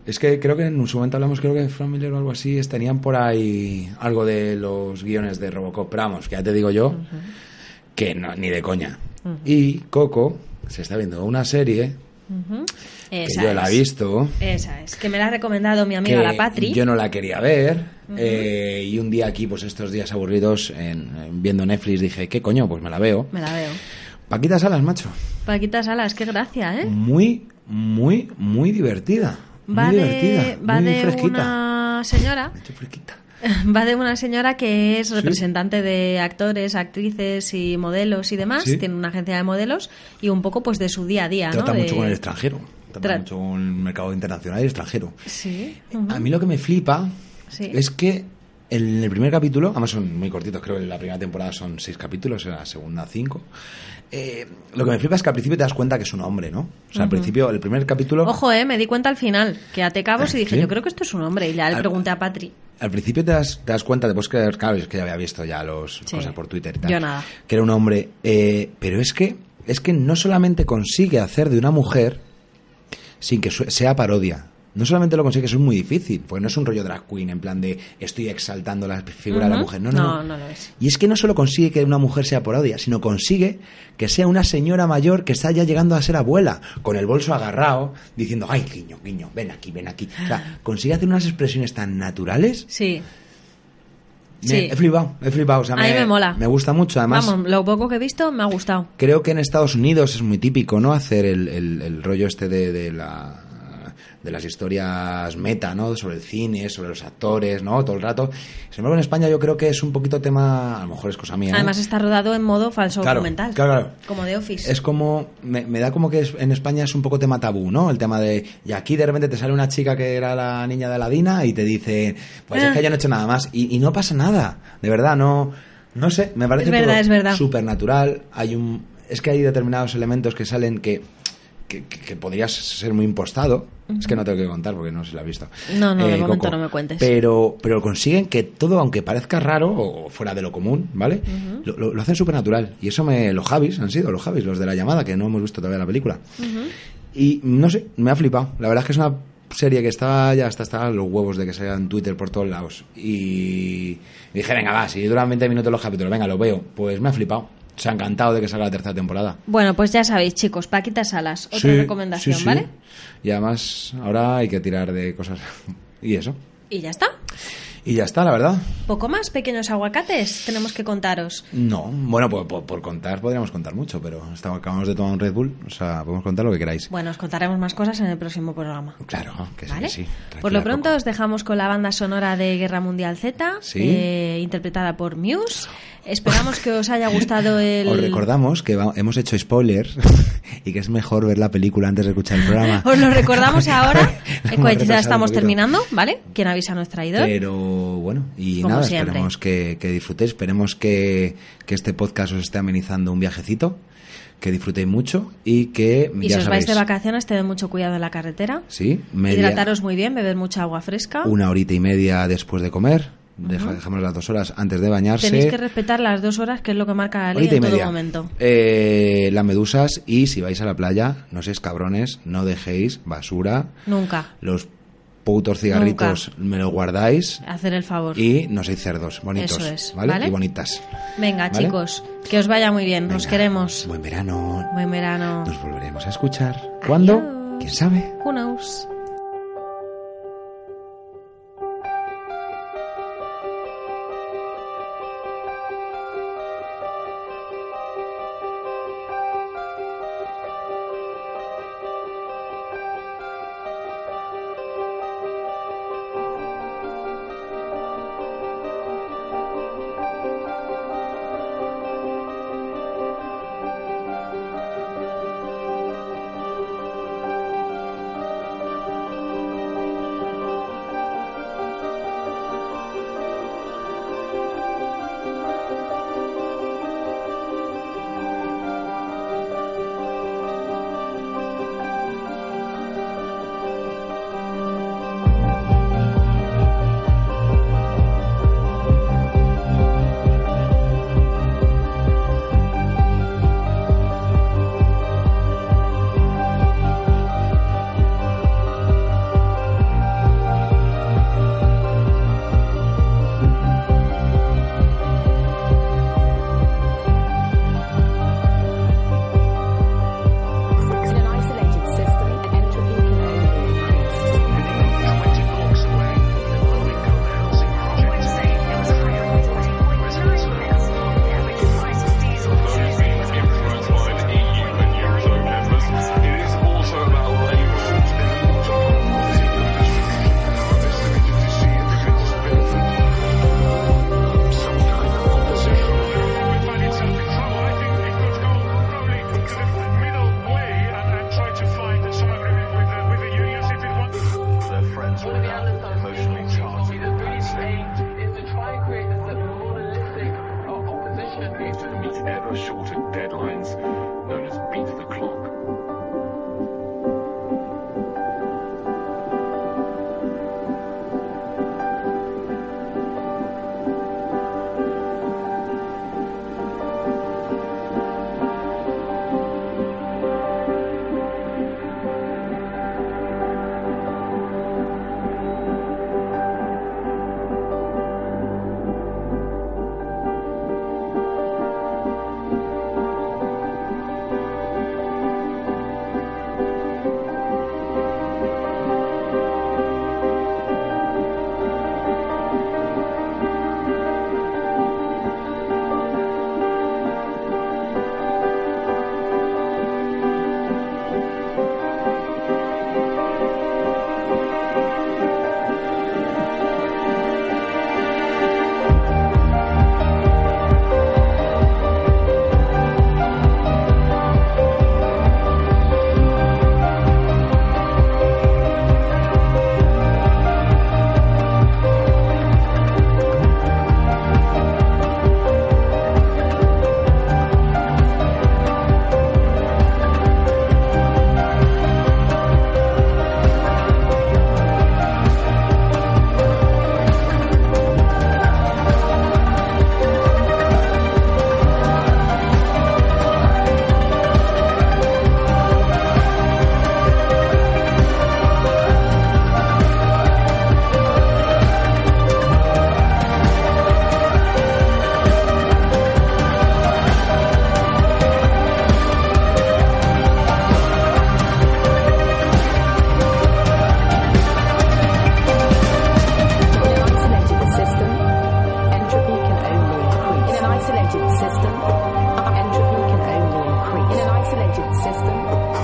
Es que creo que en su momento hablamos, creo que de Frank Miller o algo así, es- tenían por ahí algo de los guiones de Robocop. Pero vamos, que ya te digo yo, que no, ni de coña. Y Coco se está viendo una serie
Esa
que yo la he
es.
visto.
Esa es. Que me la ha recomendado mi amiga
que
la Patri.
Yo no la quería ver. eh, y un día aquí, pues estos días aburridos, en- en viendo Netflix, dije, ¿qué coño? Pues me la veo.
Me la veo.
Paquita Salas, macho.
Paquita Salas, qué gracia, ¿eh?
Muy, muy, muy divertida.
Va
muy
de,
divertida.
va
muy
de
fresquita.
una señora,
Me he hecho fresquita.
va de una señora que es representante de actores, actrices y modelos y demás.
Sí.
Tiene una agencia de modelos y un poco pues de su día a día,
Trata
¿no? De-
mucho con el extranjero. Trata
Tra-
mucho con el mercado internacional y extranjero.
Sí.
A mí lo que me flipa
Sí.
es que en el primer capítulo, además son muy cortitos, creo que en la primera temporada son seis capítulos, en la segunda cinco. Eh, lo que me flipa es que al principio te das cuenta que es un hombre, ¿no? O sea, al principio, el primer capítulo,
Ojo, eh, me di cuenta al final que até cabos y dije,
Sí.
yo creo que esto es un hombre. Y ya le
Al-
pregunté a Patri.
al principio te das, te das cuenta, después que, claro, es que ya había visto ya los
Sí.
cosas por Twitter y tal,
Yo nada.
que era un hombre, eh, pero es que, es que no solamente consigue hacer de una mujer sin que su- sea parodia. No solamente lo consigue, eso es muy difícil, porque no es un rollo drag queen en plan de estoy exaltando la figura de la
Ujú.
mujer. No,
No, no lo es.
Y es que no solo consigue que una mujer sea parodia, sino consigue que sea una señora mayor que está ya llegando a ser abuela, con el bolso agarrado, diciendo, ay, guiño, guiño, ven aquí, ven aquí. O sea, consigue hacer unas expresiones tan naturales.
Sí.
Me-
Sí.
He flipado, he flipado. O sea,
A mí me mola.
Me gusta mucho, además.
Vamos, lo poco que he visto me ha gustado.
Creo que en Estados Unidos es muy típico, ¿no? Hacer el, el- el rollo este de, de la de las historias meta, ¿no? Sobre el cine, sobre los actores, ¿no? Todo el rato. Sin embargo, en España yo creo que es un poquito tema, a lo mejor es cosa mía. ¿eh?
Además está rodado en modo falso
Claro,
documental.
claro, claro.
Como de Office.
Es como, me, me da como que es- en España es un poco tema tabú, ¿no? El tema de, y aquí de repente te sale una chica que era la niña de Aladina y te dice, pues
Ah.
es que yo no he hecho nada más. Y, y no pasa nada, de verdad, no, no sé, me parece
Es verdad,
todo
es verdad.
supernatural. Hay un, es que hay determinados elementos que salen que, que, que- que podrías ser muy impostado. Es que no tengo que contar porque no se lo ha visto.
No, no, de momento no me cuentes.
Eh, Pero, pero consiguen que todo, aunque parezca raro o fuera de lo común, ¿vale? lo, lo- lo hacen supernatural. Y eso me. Los Javis han sido, los Javis, los de la llamada, que no hemos visto todavía la película. Y no sé, me ha flipado. La verdad es que es una serie que estaba ya hasta, hasta los huevos de que salga en Twitter por todos lados. Y dije, venga, va, si duran 20 minutos los capítulos, venga, lo veo. Pues me ha flipado. Se ha encantado de que salga la tercera temporada.
Bueno, pues ya sabéis, chicos, Paquita Salas, otra
Sí,
recomendación,
sí, sí.
¿vale?
Y además, ahora hay que tirar de cosas. y eso.
Y ya está.
Y ya está, la verdad.
Poco más, pequeños aguacates, tenemos que contaros.
No, bueno, por, por- por contar podríamos contar mucho, pero estamos, acabamos de tomar un Red Bull, o sea, podemos contar lo que queráis.
Bueno, os contaremos más cosas en el próximo programa.
Claro, que sí,
¿Vale?
que sí.
por
Tranquila,
lo
Coco.
pronto os dejamos con la banda sonora de Guerra Mundial Z,
Sí.
eh, interpretada por Muse. Esperamos que os haya gustado el...
Os recordamos que va- hemos hecho spoilers y que es mejor ver la película antes de escuchar el programa.
Os lo recordamos ahora,
Lo
eh,
hemos
pues ya
repasado
estamos
un poquito.
terminando, ¿vale? Quien avisa no es traidor.
Pero bueno, y
Como
nada,
siempre.
esperemos que, que disfrutéis, esperemos que, que este podcast os esté amenizando un viajecito, que disfrutéis mucho y que
Y
ya
si os vais
sabéis,
de vacaciones, tened mucho cuidado en la carretera.
sí, media-
Hidrataros muy bien, beber mucha agua fresca.
una horita y media después de comer, deja- dejamos las dos horas antes de bañarse.
Tenéis que respetar las dos horas, que es lo que marca la ley
Horita y
en todo
media.
momento.
Eh, las medusas y si vais a la playa, no seáis cabrones, no dejéis basura,
Nunca.
los putos cigarritos me los guardáis
Hacer el favor.
y no seáis cerdos, bonitos,
Eso es,
¿vale?
¿vale?
Y bonitas.
Venga,
¿Vale?
chicos, que os vaya muy bien. Nos
Venga,
queremos.
Buen verano.
Buen verano.
Nos volveremos a escuchar. ¿Cuándo?
Adiós.
¿Quién sabe?
Who knows?
for shorter deadlines, known as beat the clock.
isolated system, entropy can only increase. In an isolated system, entropy can only increase. In an isolated system,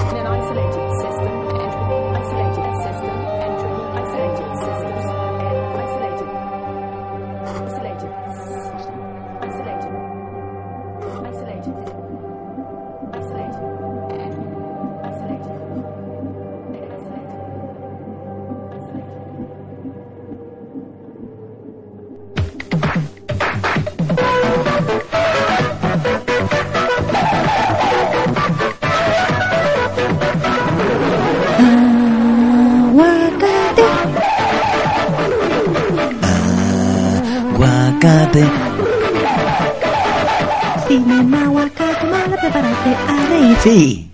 in an isolated system, entropy, isolated system, entropy, isolated systems, and isolated, isolated, isolated, isolated, isolated, and isolated, and isolated, isolated.
aguacate,
Guacate,
cinema aguacate, mala preparate a reír.
sí.